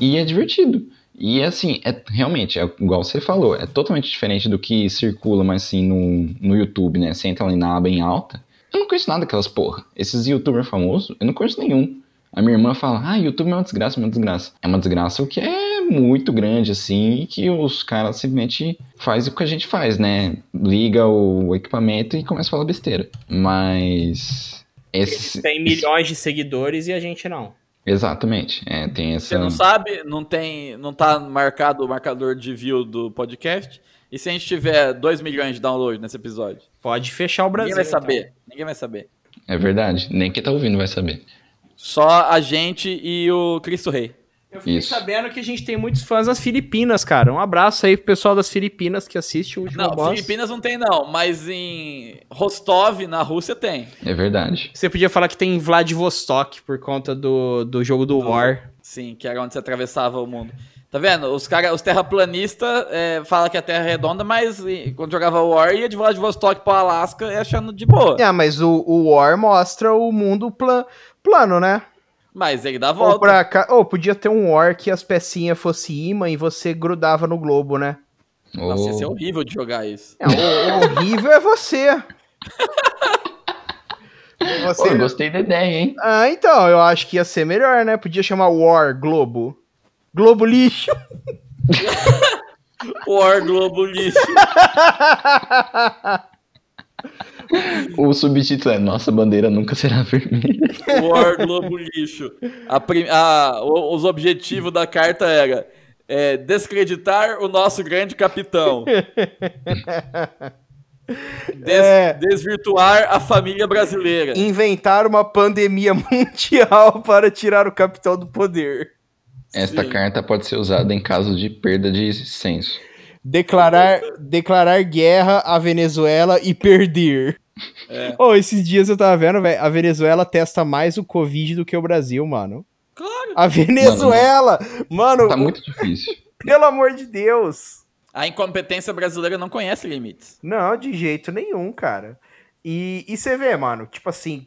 E é divertido. E assim, é realmente, é igual você falou, é totalmente diferente do que circula, mas assim, no, no YouTube, né? Você entra ali na aba em alta. Eu não conheço nada daquelas porra. Esses youtuber famosos, eu não conheço nenhum. A minha irmã fala, ah, YouTube é uma desgraça, é uma desgraça. É uma desgraça o que é muito grande, assim, e que os caras simplesmente fazem o que a gente faz, né? Liga o equipamento e começa a falar besteira. Mas. Esse, Tem milhões de seguidores e a gente não. Exatamente. É, tem Você essa. não sabe, não tem, não tá marcado o marcador de view do podcast. E se a gente tiver 2 milhões de download nesse episódio? Pode fechar o Brasil. ninguém vai então. saber. Ninguém vai saber. É verdade. Nem quem tá ouvindo vai saber. Só a gente e o Cristo Rei. Eu fiquei Isso. sabendo que a gente tem muitos fãs das Filipinas, cara. Um abraço aí pro pessoal das Filipinas que assiste o último Não, boss. Filipinas não tem não, mas em Rostov, na Rússia, tem. É verdade. Você podia falar que tem em Vladivostok por conta do, do jogo do War. Sim, que era onde você atravessava o mundo. Tá vendo? Os cara, os terraplanistas é, falam que a Terra é redonda, mas e, quando jogava War ia de Vladivostok pro Alasca e achando de boa. Ah, mas o, o War mostra o mundo pla- plano, né? Mas ele dá a Ou, volta. pra cá, ou podia ter um War que as pecinhas fossem imã e você grudava no globo, né? Nossa, Ô, isso é horrível de jogar isso. É, o, o horrível é você. Pô, eu Você- gostei da ideia, hein? Ah, então, eu acho que ia ser melhor, né? Podia chamar War Globo. Globo lixo. War Globo (laughs) lixo. O subtítulo é Nossa bandeira nunca (laughs) será (laughs) vermelha. War Globo lixo. A prim- a- o- os objetivos da carta era é, descreditar o nosso grande (laughs) capitão. Des- É. Desvirtuar a família brasileira. Inventar uma pandemia (laughs) mundial para tirar o capital do poder. Esta Sim. carta pode ser usada em caso de perda de senso. Declarar, declarar guerra à Venezuela e perder. Ô, esses dias eu tava vendo, velho, a Venezuela testa mais o Covid do que o Brasil, mano. Claro. A Venezuela! Mano, Tá muito difícil. pelo amor de Deus! A incompetência brasileira não conhece limites. Não, de jeito nenhum, cara. E, e você vê, mano, tipo assim,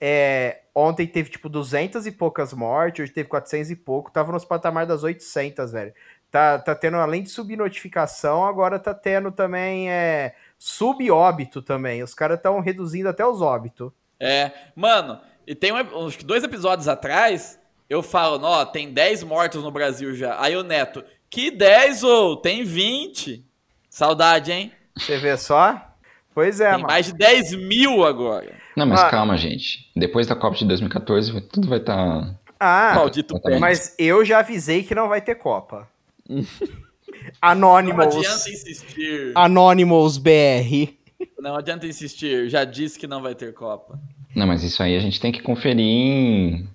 é, ontem teve tipo 200 e poucas mortes, hoje teve 400 e pouco, tava nos patamar das 800, velho. Tá, tá tendo, além de subnotificação, agora tá tendo também é, subóbito também. Os caras estão reduzindo até os óbitos. É, mano, e tem um ep- uns dois episódios atrás, eu falo, ó, tem 10 mortos no Brasil já. Aí o Neto, que 10, ou tem 20. Saudade, hein? Você vê só? Pois é, tem mano. mais de 10 mil agora. Não, mas Ah. calma, gente. Depois da Copa de 2014, vai- tudo vai estar. Tá... Ah, Maldito exatamente. pé. mas eu já avisei que não vai ter (laughs) Copa. Não adianta Anonymous. insistir. Anonymous BR. Não adianta insistir. Já disse que não vai ter Copa. Não, mas isso aí a gente tem que conferir em,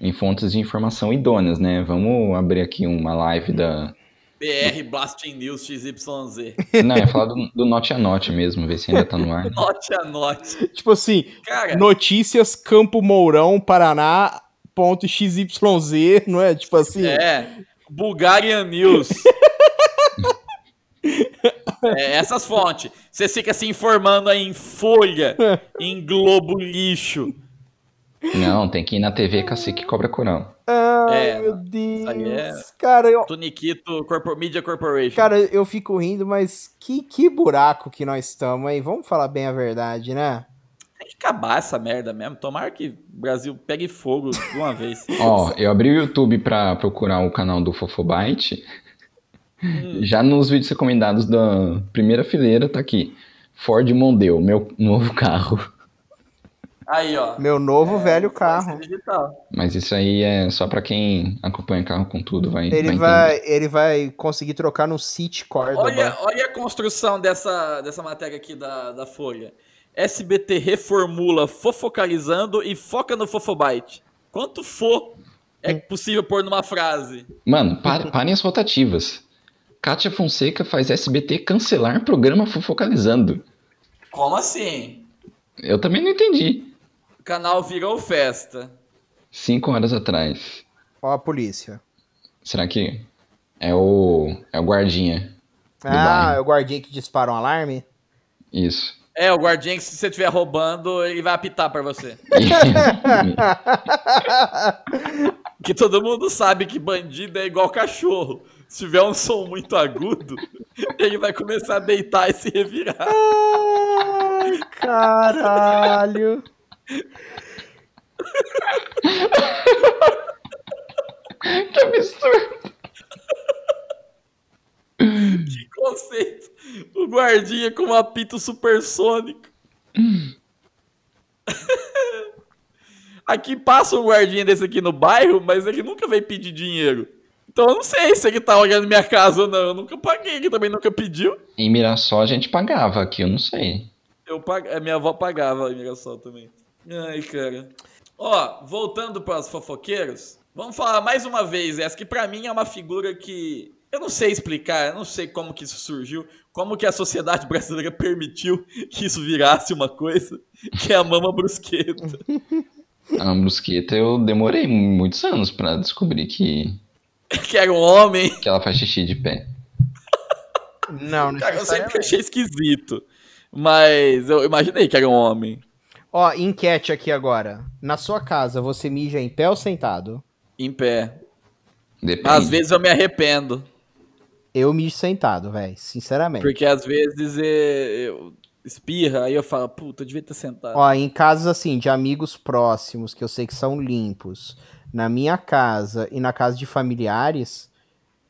em fontes de informação idôneas, né? Vamos abrir aqui uma live (laughs) da. BR Blasting News XYZ. Não, eu ia falar do, do Note a Note mesmo, ver se ainda tá no (laughs) ar. Note a note. Tipo assim, Cara, Notícias Campo Mourão, Paraná. Ponto XYZ, não é? Tipo assim. É, Bulgarian (laughs) News. É, essas fontes. Você fica se informando aí em (laughs) Folha, em Globo Lixo. Não, tem que ir na TV Cacique Cobra Coral. Ai, É, meu Deus. aí é- Cara, eu, Tuniquito Corpo, Media Corporation. cara, eu fico rindo, mas que, que buraco que nós estamos, hein? Vamos falar bem a verdade, né? Tem que acabar essa merda mesmo. Tomara que o Brasil pegue fogo de uma vez. (laughs) Ó, eu abri o YouTube pra procurar o canal do Fofobite. Hum. Já nos vídeos recomendados da primeira fileira tá aqui. Ford Mondeo, meu novo carro. Aí, ó. Meu novo É, velho carro. Digital. Mas isso aí é só pra quem acompanha carro com tudo, vai. Ele entender. vai, ele vai conseguir trocar no City Córdoba. Olha, olha a construção dessa, dessa matéria aqui da, da Folha. SBT reformula fofocalizando e foca no fofobite. Quanto for é possível pôr numa frase? Mano, pare- parem as rotativas. Kátia Fonseca faz SBT cancelar programa Fofocalizando. Como assim? Eu também não entendi. O canal virou festa. Cinco horas atrás. Ó a polícia. Será que é o, é o guardinha? do Ah, bairro? é o guardinha que dispara um alarme? (laughs) Isso. (laughs) É, o guardinha que se você estiver roubando, ele vai apitar pra você. Que todo mundo sabe que bandido é igual cachorro. Se tiver um som muito agudo, (laughs) ele vai começar a deitar e se revirar. Ai, caralho. que absurdo. Que conceito! O guardinha com um apito supersônico. (laughs) aqui passa um guardinha desse aqui no bairro, mas ele nunca veio pedir dinheiro. Então eu não sei se ele tá olhando minha casa ou não. Eu nunca paguei, ele também nunca pediu. Em Mirassol a gente pagava aqui, eu não sei. Eu pag... a Minha avó pagava a imigração também. Ai, cara. Ó, voltando para os fofoqueiros, vamos falar mais uma vez. Essa que pra mim é uma figura que eu não sei explicar, eu não sei como que isso surgiu, como que a sociedade (laughs) brasileira permitiu que isso virasse uma coisa, que é a mama brusqueta. (laughs) A Brusqueta eu demorei muitos anos pra descobrir que, Que era um homem. que ela faz xixi de pé. Não, Cara, eu sempre necessariamente. achei esquisito. Mas eu imaginei que era um homem. Ó, enquete aqui agora. Na sua casa, você mija em pé ou sentado? Em pé. Depende. Às vezes eu me arrependo. Eu mijo sentado, velho, sinceramente. Porque às vezes eh, eu espirra, aí eu falo, puta, eu devia ter sentado. Ó, em casos assim, de amigos próximos, que eu sei que são limpos, na minha casa e na casa de familiares,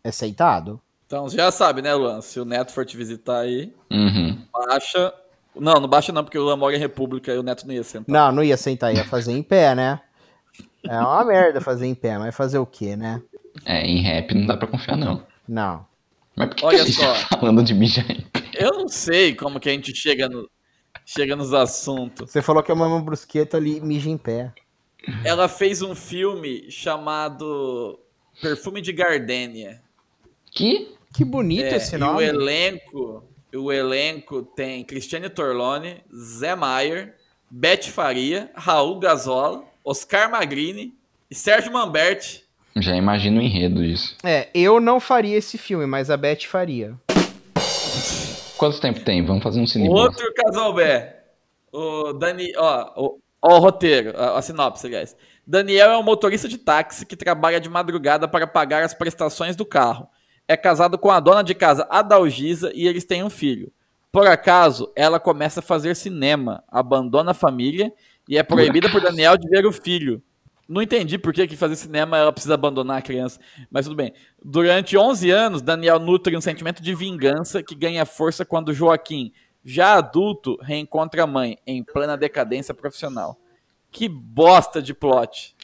é sentado. Então você já sabe, né, Luan? Se o Neto for te visitar aí, Uhum. baixa. Não, não baixa não, porque o Luan mora em República e o Neto não ia sentar. Não, não ia sentar, ia fazer em pé, né? É uma merda fazer em pé, mas fazer o quê, né? É, em rap não dá pra confiar, não. Não. Mas por que, Olha que a gente só. (laughs) tá falando de mijar em pé? Eu não sei como que a gente chega, no- chega nos assuntos. Você falou que a mamãe brusqueta Tá ali mija em pé. Ela fez um filme chamado Perfume de Gardênia. Que? (laughs) Que bonito É, e esse o nome. elenco, o elenco tem Cristiane Torlone, Zé Maier, Beth Faria, Raul Gazola, Oscar Magrini e Sérgio Manberti. Já imagino o enredo disso. É, eu não faria esse filme, mas a Beth faria. Quanto tempo tem? Vamos fazer um cine bosta. Outro Casalbé. O Dani, ó, o, ó o roteiro, a, a sinopse, aliás. Daniel é um motorista de táxi que trabalha de madrugada para pagar as prestações do carro. É casado com a dona de casa Adalgisa e eles têm um filho. Por acaso, ela começa a fazer cinema, abandona a família e é proibida por Daniel de ver o filho. Não entendi por que, que fazer cinema ela precisa abandonar a criança, mas tudo bem. Durante 11 anos, Daniel nutre um sentimento de vingança que ganha força quando Joaquim, já adulto, reencontra a mãe em plena decadência profissional. Que bosta de plot.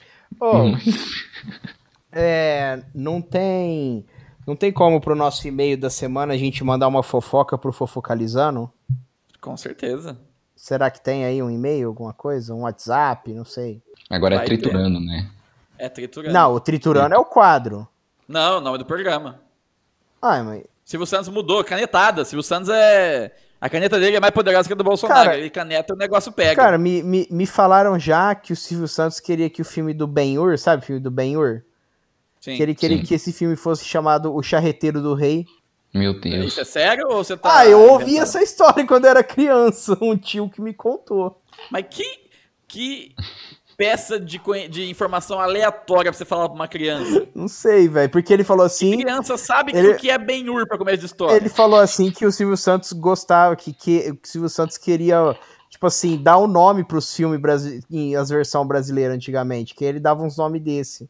Ô, (laughs) é, não tem, não tem como pro nosso e-mail da semana a gente mandar uma fofoca pro Fofocalizando? Com certeza. Será que tem aí um e-mail, alguma coisa, um WhatsApp, não sei. Agora é Vai triturando, né? É triturante. Não, o triturando é o quadro. Não, o nome do programa. Ai, mas Silvio Santos mudou, canetada. Silvio Santos é. A caneta dele é mais poderosa que a do Bolsonaro. Cara- Ele caneta o negócio pega. cara, me, me, me falaram já que o Silvio Santos queria que o filme do Ben-Hur, sabe, o filme do Ben-Hur, Sim. que ele queria Sim. que esse filme fosse chamado O Charreteiro do Rei. Meu Deus. Isso é sério ou você tá. Ah, eu ouvi inventando? essa história (laughs) quando era criança, (laughs) um tio que me contou. Mas que, que peça de, conhe- de informação aleatória pra você falar pra uma criança? Não sei, velho, porque ele falou assim, Criança sabe que Ele- o que é Ben-Hur pra começo de história. Ele falou assim que o Silvio Santos gostava, que, que, que o Silvio Santos queria, tipo assim, dar um nome pros filmes brasi- em as versões brasileiras antigamente, que ele dava uns nomes desse.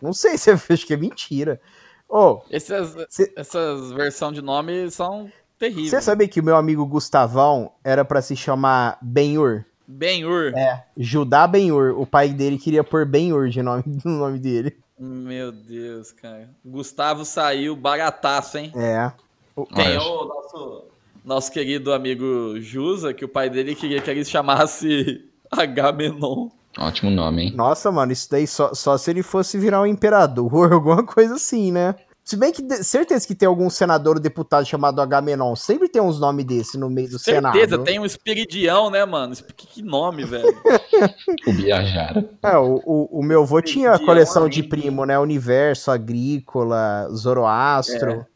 Não sei se é, (laughs) acho que é mentira. Ô, Essas, Cê- essas versões de nome são você terríveis. sabia que o meu amigo Gustavão era pra se chamar Benhur? Ben-Hur. Judá Benhur. O pai dele queria pôr Benhur de (laughs) nome, no nome dele. Meu Deus, cara. Gustavo saiu barataço, hein? É. Tem Olha, o nosso, nosso querido amigo Jusa, que o pai dele queria que ele se chamasse (laughs) Agamenon. Ótimo nome, hein? um (laughs) Nossa, mano, isso daí só, só se ele fosse virar um imperador, alguma coisa assim, né? Se bem que de- certeza que tem algum senador ou deputado chamado Agamenon. Sempre tem uns nomes desse no meio do Certeza, Senado. tem um espiridião, né, mano? Esp- Que, que nome, (laughs) velho. O Biajara. É, o, o, o meu avô tinha a Dia coleção de horrível. primo, né? Universo, Agrícola, É. Zoroastro.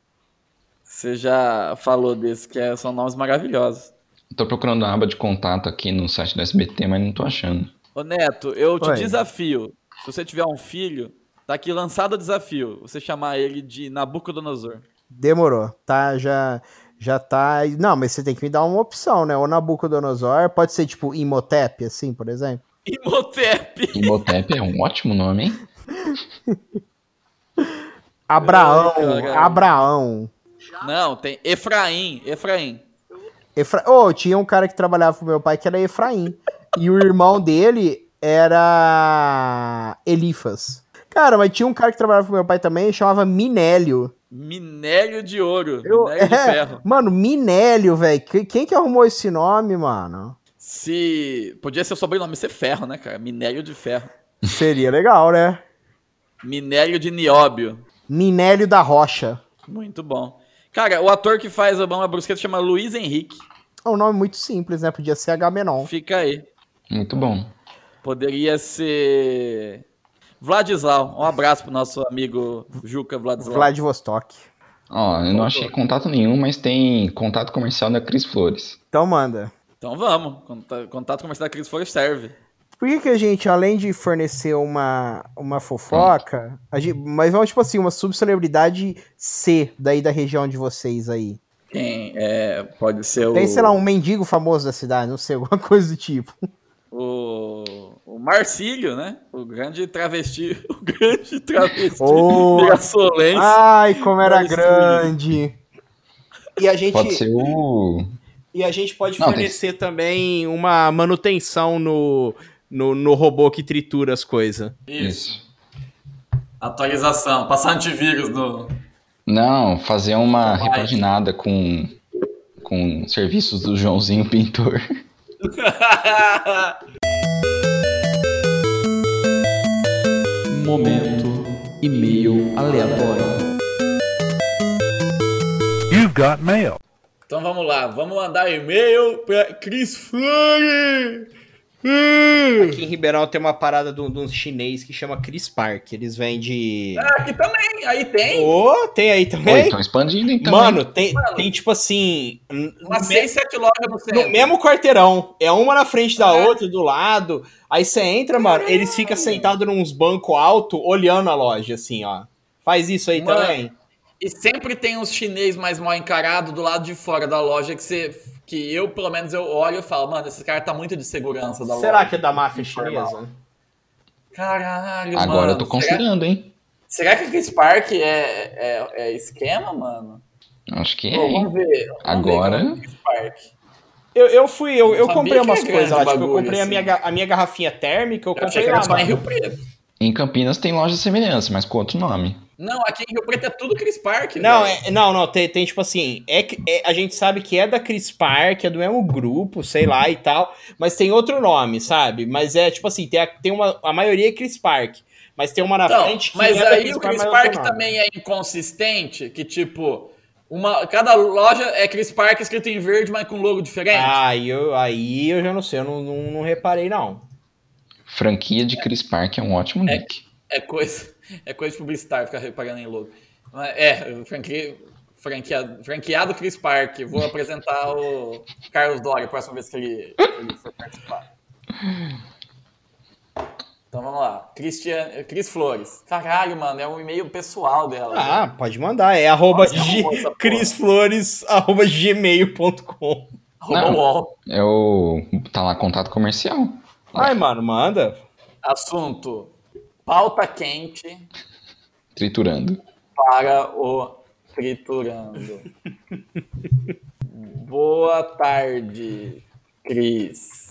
Você já falou desse, que é- são nomes maravilhosos. Tô procurando a aba de contato aqui no site do SBT, mas não tô achando. Ô, Neto, eu te Oi. desafio. Se você tiver um filho, tá aqui lançado o desafio. Você chamar ele de Nabucodonosor. Demorou. Tá, já, já tá. Não, mas você tem que me dar uma opção, né? Ou Nabucodonosor, pode ser tipo Imhotep, assim, por exemplo. Imhotep. Imhotep é um ótimo nome, hein? Abraão, Ai, É, cara. Abraão. Não, tem Efraim, Efraim. Efra... Ô, tinha um cara que trabalhava pro meu pai que era Efraim. e o irmão dele era Elifas. Cara, mas tinha um cara que trabalhava pro meu pai também, chamava Minélio. Minério de ouro, Eu- minério de é. ferro. Mano, Minélio, velho. que- Quem que arrumou esse nome, mano? Se podia ser o sobrenome ser ferro, né, cara? Minério de ferro. Seria legal, né? Minério de nióbio. Minélio da Rocha. Muito bom. Cara, o ator que faz a Bama Brusqueta chama Luiz Henrique. É um nome muito simples, né? Podia ser Agamenon. Fica aí. Muito bom. Poderia ser Vladislau. Um abraço pro nosso amigo Juca Vladislau. Vladivostok. Ó, eu não achei contato nenhum, mas tem contato comercial da Cris Flores. Então manda. Então vamos. Conta- Contato comercial da Cris Flores serve. Por que, que a gente, além de fornecer uma, uma fofoca, a gente- mas vamos, tipo assim, uma subcelebridade C daí da região de vocês aí? Quem é, pode ser o, Tem, sei lá, um mendigo famoso da cidade, não sei, (laughs) alguma coisa do tipo. o o Marcílio, né? O grande travesti, (laughs) o grande travesti Ô. mirassolense. Ah! Ai, como era Mas- grande! E a Pode gente, ser o. E a gente pode Não, tem- fornecer também uma manutenção no, no, no robô que tritura as coisas. Isso. Atualização, passar antivírus no Não, fazer uma Vai. repaginada com, com serviços do (laughs) Joãozinho Pintor. momento e-mail aleatório. You've got mail. Então vamos lá, vamos mandar e-mail pra Cris Flores. Hum. Aqui em Ribeirão tem uma parada de um, de um chinês que chama Chris Park. Eles vendem. Ah, Aqui também, aí tem Ô, tem aí Oi, também? estão expandindo então. hein? Mano, tem, tem tipo assim. n- umas no 6, 7 lojas Ah. no No centro. mesmo quarteirão. É uma na frente da outra, do lado. Aí você entra, mano, Ah. eles ficam sentados nos bancos alto, olhando a loja, assim, ó. Faz isso aí Mano. também. E sempre tem uns chinês mais mal encarados do lado de fora da loja que você. Que eu, pelo menos, eu olho e falo, mano, esse cara tá muito de segurança da Será loja. que é da máfia chinesa? Caralho, Agora mano. eu tô será, considerando, hein? será que esse Park é, é, é esquema, mano? Acho que é. Pô, hein? vamos ver. Vamos Agora- Ver como é que é esse Park. Eu, eu fui, eu, eu Sabia comprei que é umas grande coisas lá. o Tipo, eu bagulho, comprei a, assim. minha, ga- a minha garrafinha térmica, eu Eu achei comprei que era lá, só em Rio mano. Preto. Em Campinas tem loja de semelhança, mas com outro nome. Não, aqui em Rio Preto é tudo Cris Park. Não, velho. é- não, não, tem, tem, tipo assim, é, que- é- a gente sabe que é da Cris Park, é do mesmo grupo, sei lá e tal, mas tem outro nome, sabe? Mas é tipo assim, tem, a, tem uma, a maioria é Cris Park, mas tem uma na Então, frente que mas é da aí o Park, Chris mas é Park outro nome. também é inconsistente, que tipo, uma, cada loja é Chris Park escrito em verde, mas com logo diferente. Aí Ah, eu, aí eu já não sei, eu não, não, não reparei não. Franquia de Cris Park é um ótimo nick. É coisa, é coisa de publicitário ficar reparando em logo. Mas, É, franqui, franqueado, franqueado Chris Park. Vou apresentar o Carlos Doria a próxima vez que ele, ele for participar. Então vamos lá. Christian, Cris Flores. Caralho, mano, é um e-mail pessoal dela. Ah, pode mandar, é arroba Nossa, g- arrumou essa porra. crisflores, arroba gmail.com. Arroba não. UOL. É o. Tá lá contato comercial. Ai, mano, manda. Assunto: pauta quente Triturando. para o (laughs) Triturando. Boa tarde, Cris.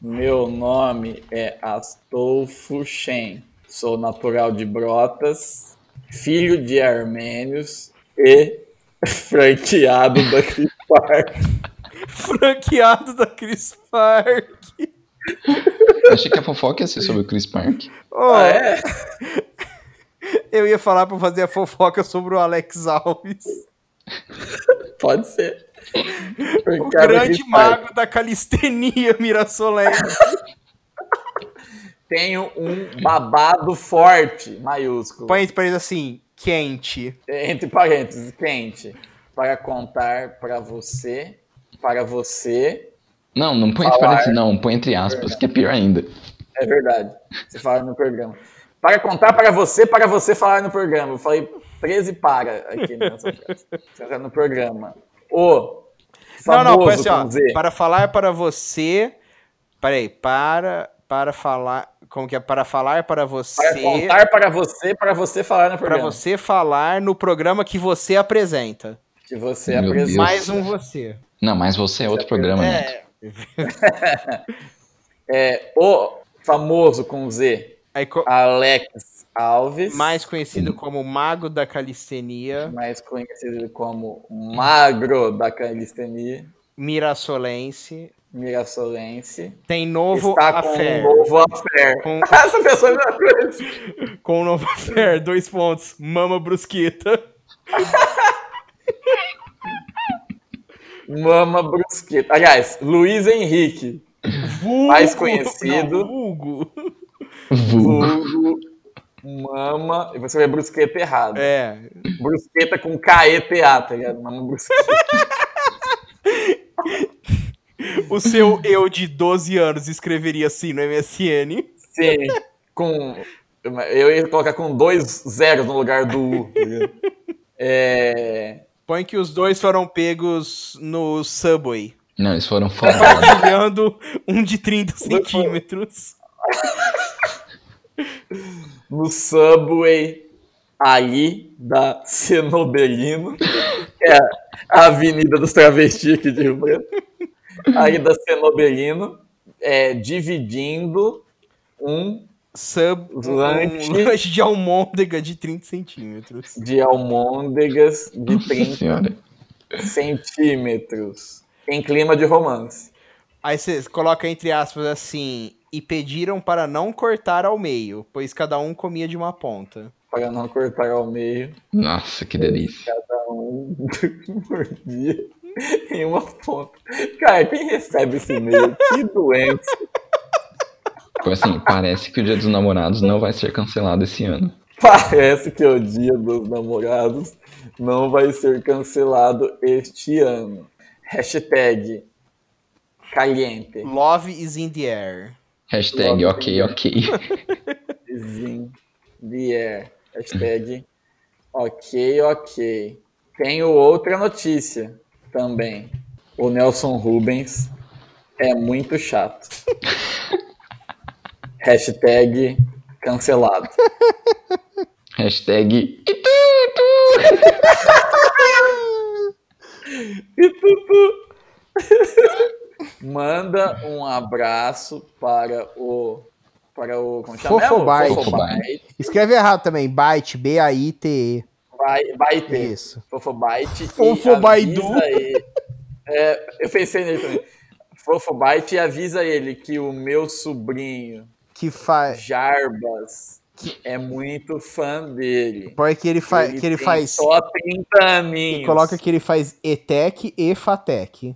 Meu nome é Astolfo Shen. Sou natural de Brotas, filho de armênios e franqueado da Cris (laughs) Park. (laughs) Franqueado da Cris Park. Ah, Ah, é? Achei que a fofoca ia ser sobre o Cris Park. Oh, é? Eu ia falar pra fazer a fofoca sobre o Alex Alves. Pode ser. O é grande mago da calistenia, (laughs) Mirasolé. Tenho um babado forte, maiúsculo. Põe pra ele assim, quente. (laughs) Entre parênteses, quente. Para contar para você, para você, Não, não põe entre Falar. parênteses, não. Põe entre aspas, que é pior ainda. é verdade. Você fala no programa. Para contar para você, para você falar no programa. Eu falei 13 para aqui né, nessa frase. Você tá no programa. O não, famoso, não, põe assim, ó. com Z. Para falar para você. Peraí, para. Para falar. Como que é? Para falar para Para você. contar para você, para você falar no Para programa. você falar no programa que você apresenta. Que você é Meu apresenta. Deus. Mais um você. Não, mas você é outro programa, Neto. É, o famoso com Z, Aí, co- Alex Alves. mais conhecido como Mago da Calistenia mais conhecido como Magro da Calistenia Mirassolense. Mirassolense, Tem novo está com affair. um novo affair. Com- (laughs) Essa pessoa assim. não conhece. Com o novo affair, dois pontos. Mama brusquita. Mama Brusqueta. Aliás, Luiz Henrique, Vulgo. Mais conhecido. Não, vulgo. Vulgo. vulgo Mama... Eu vou escrever Brusqueta errado. É. Brusqueta com K-E-T-A, tá ligado? Mama Brusqueta. (laughs) O seu eu de 12 anos escreveria assim no MSN. Sim, com... Eu ia colocar com dois zeros no lugar do U. tá ligado? É... Põe que os dois foram pegos no Subway. Não, eles (laughs) foram foda. Olhando um de 30 centímetros. No Subway, ali da Cenobelino, que é a Avenida dos Travestis aqui de Rio Preto. Ali da Cenobelino, é, dividindo um Sub, Lanche. um (laughs) lanche de almôndega de 30 centímetros. de almôndegas de Nossa (laughs) 30 senhora. centímetros. Em clima de romance. Aí você coloca entre aspas assim. E pediram para não cortar ao meio, pois cada um comia de uma ponta. Para não cortar ao meio. Nossa, que delícia. um (laughs) por dia em uma ponta. Cara, quem recebe esse e-mail? Que doença. Ficou assim, parece que o Dia dos Namorados não vai ser cancelado esse ano. (laughs) Parece que é o Dia dos Namorados não vai ser cancelado este ano. Hashtag caliente. Love is in the air. Hashtag ok, ok. Zin the air. Hashtag ok, ok. Tenho outra notícia também. O Nelson Rubens é muito chato. Hashtag cancelado. Hashtag Manda um abraço para o. Para o. Como chama? Fofobite. Fofobite. Escreve errado também. Byte, B-A-I-T-E. Vai, vai ter. Isso. Fofobite. e Fofobaidu. avisa ele- É, eu pensei nele também. Fofobite e avisa ele que o meu sobrinho, Que faz. Jarbas, é muito fã dele. Põe que ele, fa... que ele tem faz. Só 30 aninhos. Coloca que ele faz ETEC e FATEC.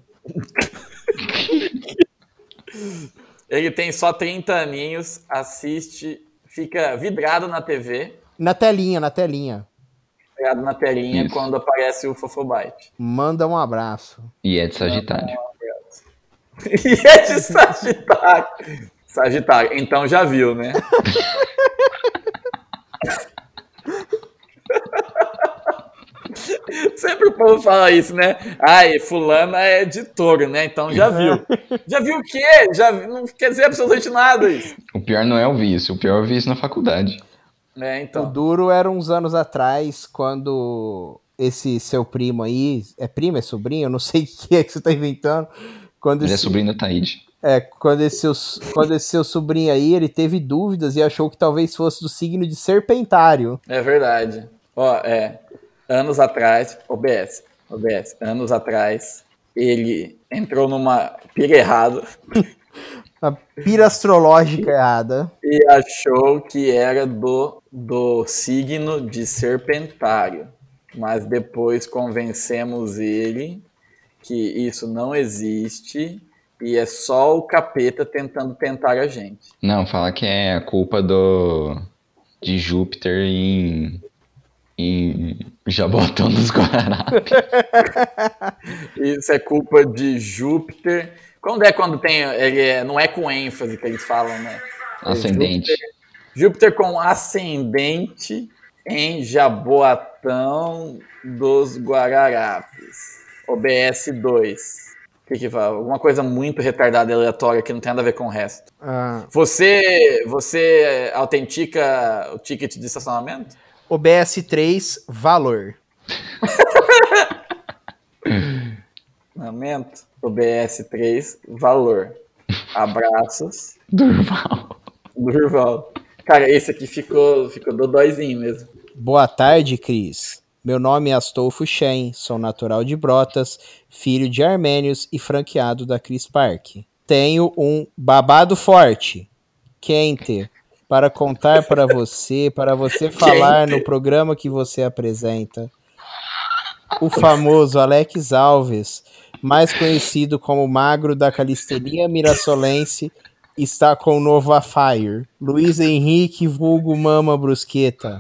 Ele tem só 30 aninhos, assiste, fica vidrado na TV, Na telinha, na telinha. vidrado na telinha Isso. quando aparece o Fofobite. Manda um abraço. e é de Sagitário. (laughs) E é de Sagitário. Sagitário, então já viu, né? (laughs) Sempre o povo fala isso, né? Ai, fulana é de touro, né? Então já viu. Já viu o quê? Já vi- não quer dizer absolutamente nada isso. O pior não é o vício, o pior é o vício na faculdade. Né, O então. duro era uns anos atrás, quando esse seu primo aí. É primo? É sobrinho? Eu não (laughs) sei o que é que você tá inventando. Quando Ele é esse- sobrinho da Taíde. É, quando esse, seu, quando esse seu sobrinho aí, ele teve dúvidas e achou que talvez fosse do signo de serpentário. É verdade. Ó, é. Anos atrás, OBS, OBS, anos atrás, ele entrou numa pira errada A pira astrológica errada. e achou que era do do signo de Serpentário, mas depois convencemos ele que isso não existe e é só o capeta tentando tentar a gente. Não, fala que é a culpa do de Júpiter em em Jabotão dos (laughs) Guararapes. Isso é culpa de Júpiter. Quando é quando tem, ele é- não é com ênfase que eles falam, né? É Ascendente. Júpiter, Júpiter com ascendente em Jaboatão dos Guararapes. OBS 2. O que que fala? Alguma coisa muito retardada e aleatória que não tem nada a ver com o resto. Ah, Você, você autentica o ticket de estacionamento? OBS 3, valor. Lamento. OBS 3, valor. Abraços, Durval. Durval. Cara, esse aqui ficou, ficou dodóizinho mesmo. Boa tarde, Cris. Meu nome é Astolfo Shen, sou natural de Brotas, filho de armênios e franqueado da Cris Park. Tenho um babado forte, quente, para contar para você, para você falar no programa que você apresenta. O famoso Alex Alves, mais conhecido como Magro da Calistenia Mirassolense, está com o novo A Fire. Luiz Henrique, vulgo Mama Brusqueta.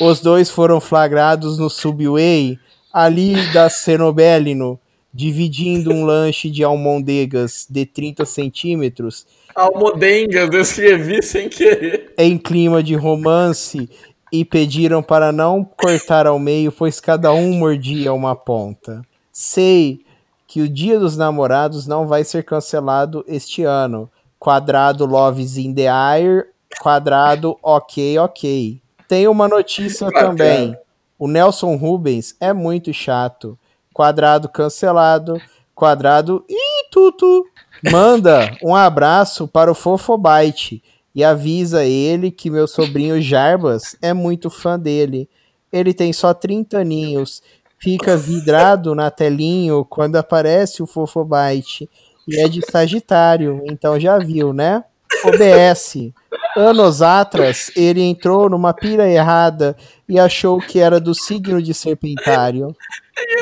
Os dois foram flagrados no subway ali da Cenobelino, dividindo um lanche de almôndegas de 30 centímetros Almodengas, eu escrevi sem querer. em clima de romance e pediram para não cortar ao meio, pois cada um mordia uma ponta. Sei que o Dia dos Namorados não vai ser cancelado este ano. Quadrado Loves in the Air, quadrado OK OK. Tem uma notícia Bacana. também. O Nelson Rubens é muito chato. Quadrado cancelado, quadrado e tutu. Manda um abraço para o Fofobite e avisa ele que meu sobrinho Jarbas é muito fã dele. Ele tem só 30 aninhos, fica vidrado na telinho quando aparece o Fofobite e é de Sagitário, então já viu, né? OBS. Anos atrás, ele entrou numa pira errada e achou que era do signo de Serpentário.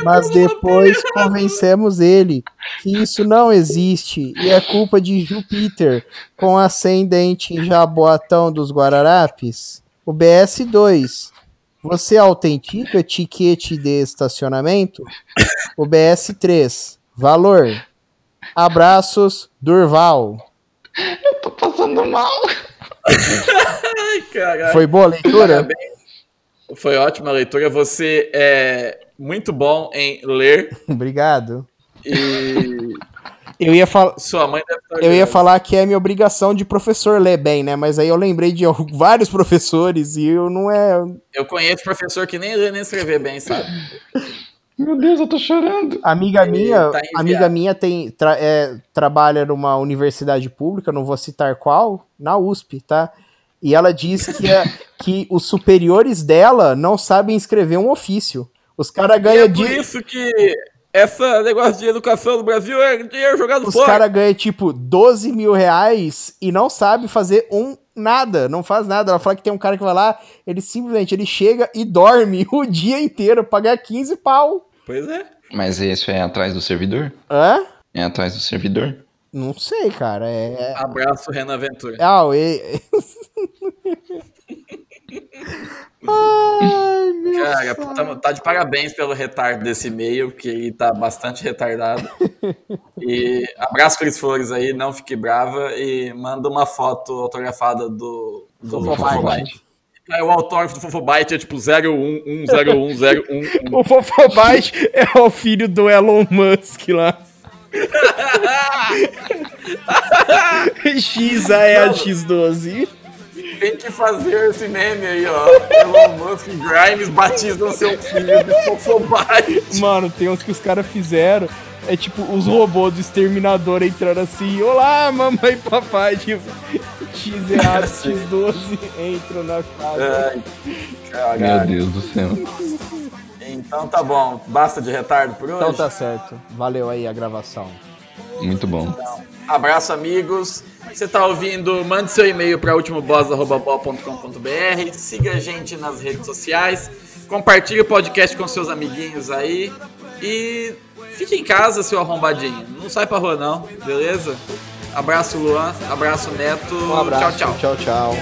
Mas depois convencemos ele que isso não existe e é culpa de Júpiter com ascendente em Jaboatão dos Guararapes. O BS2. Você autentica tiquete de estacionamento? O BS3. Valor. Abraços, Durval. Tô passando mal. Ai, caralho. Foi boa a (laughs) leitura? Parabéns. Foi ótima a leitura. Você é muito bom em ler Obrigado. e Eu ia, fal- sua mãe deve estar eu ia olhando. falar que é minha obrigação de professor ler bem, né? Mas aí eu lembrei de (laughs) al- vários professores e eu não é. Eu conheço professor que nem lê nem escrever bem, sabe? Meu Deus, eu tô chorando. Amiga minha, tá enviado. amiga minha tem, tra- é, trabalha numa universidade pública, não vou citar qual, na USP, tá? E ela diz que, (laughs) é- que os superiores dela não sabem escrever um ofício. Os caras E é ganham por de. isso que essa negócio de educação no Brasil é dinheiro jogado Os fora. caras ganham tipo 12 mil reais e não sabe fazer um nada, não faz nada. Ela fala que tem um cara que vai lá, ele simplesmente ele chega e dorme (laughs) o dia inteiro pra ganhar 15 pau. Pois é. Mas isso é atrás do servidor? Hã? É atrás do servidor? Não sei, cara. É. Abraço, Renan Ventura. Ah, e... (laughs) Ai, meu sa- Cara, tá, tá de parabéns pelo retardo desse e-mail, porque ele tá (laughs) bastante retardado. E abraço Cris Flores aí, não fique brava e manda uma foto autografada do, do Fofobite. É o autógrafo do Fofobite é tipo 011010111. O Fofobite é o filho do Elon Musk lá. (laughs) X a é a X12. (laughs) Tem que fazer esse meme aí, ó. Elon Musk e Grimes batizam seu filho de Fofobite. Mano, tem uns que os caras fizeram. É tipo os robôs do exterminador entrando assim: Olá, mamãe e papai. Tipo, X0, X12 entram na casa. Ai, Meu caralho. Deus do céu. Então tá bom, basta de retardo por hoje. Então tá certo. Valeu aí a gravação. Muito bom. Abraço, amigos. Você tá ouvindo, mande seu e-mail para ultimoboss.com.br, siga a gente nas redes sociais, compartilhe o podcast com seus amiguinhos aí e fique em casa, seu arrombadinho. Não sai pra rua não, beleza? Abraço, Luan. Abraço, Neto. Um abraço. Tchau, Tchau, tchau. tchau.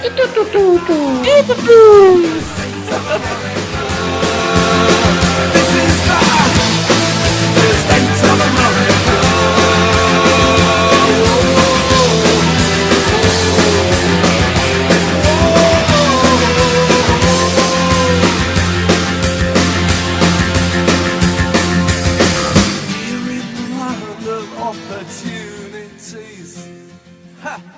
Here in the land of opportunities. Ha!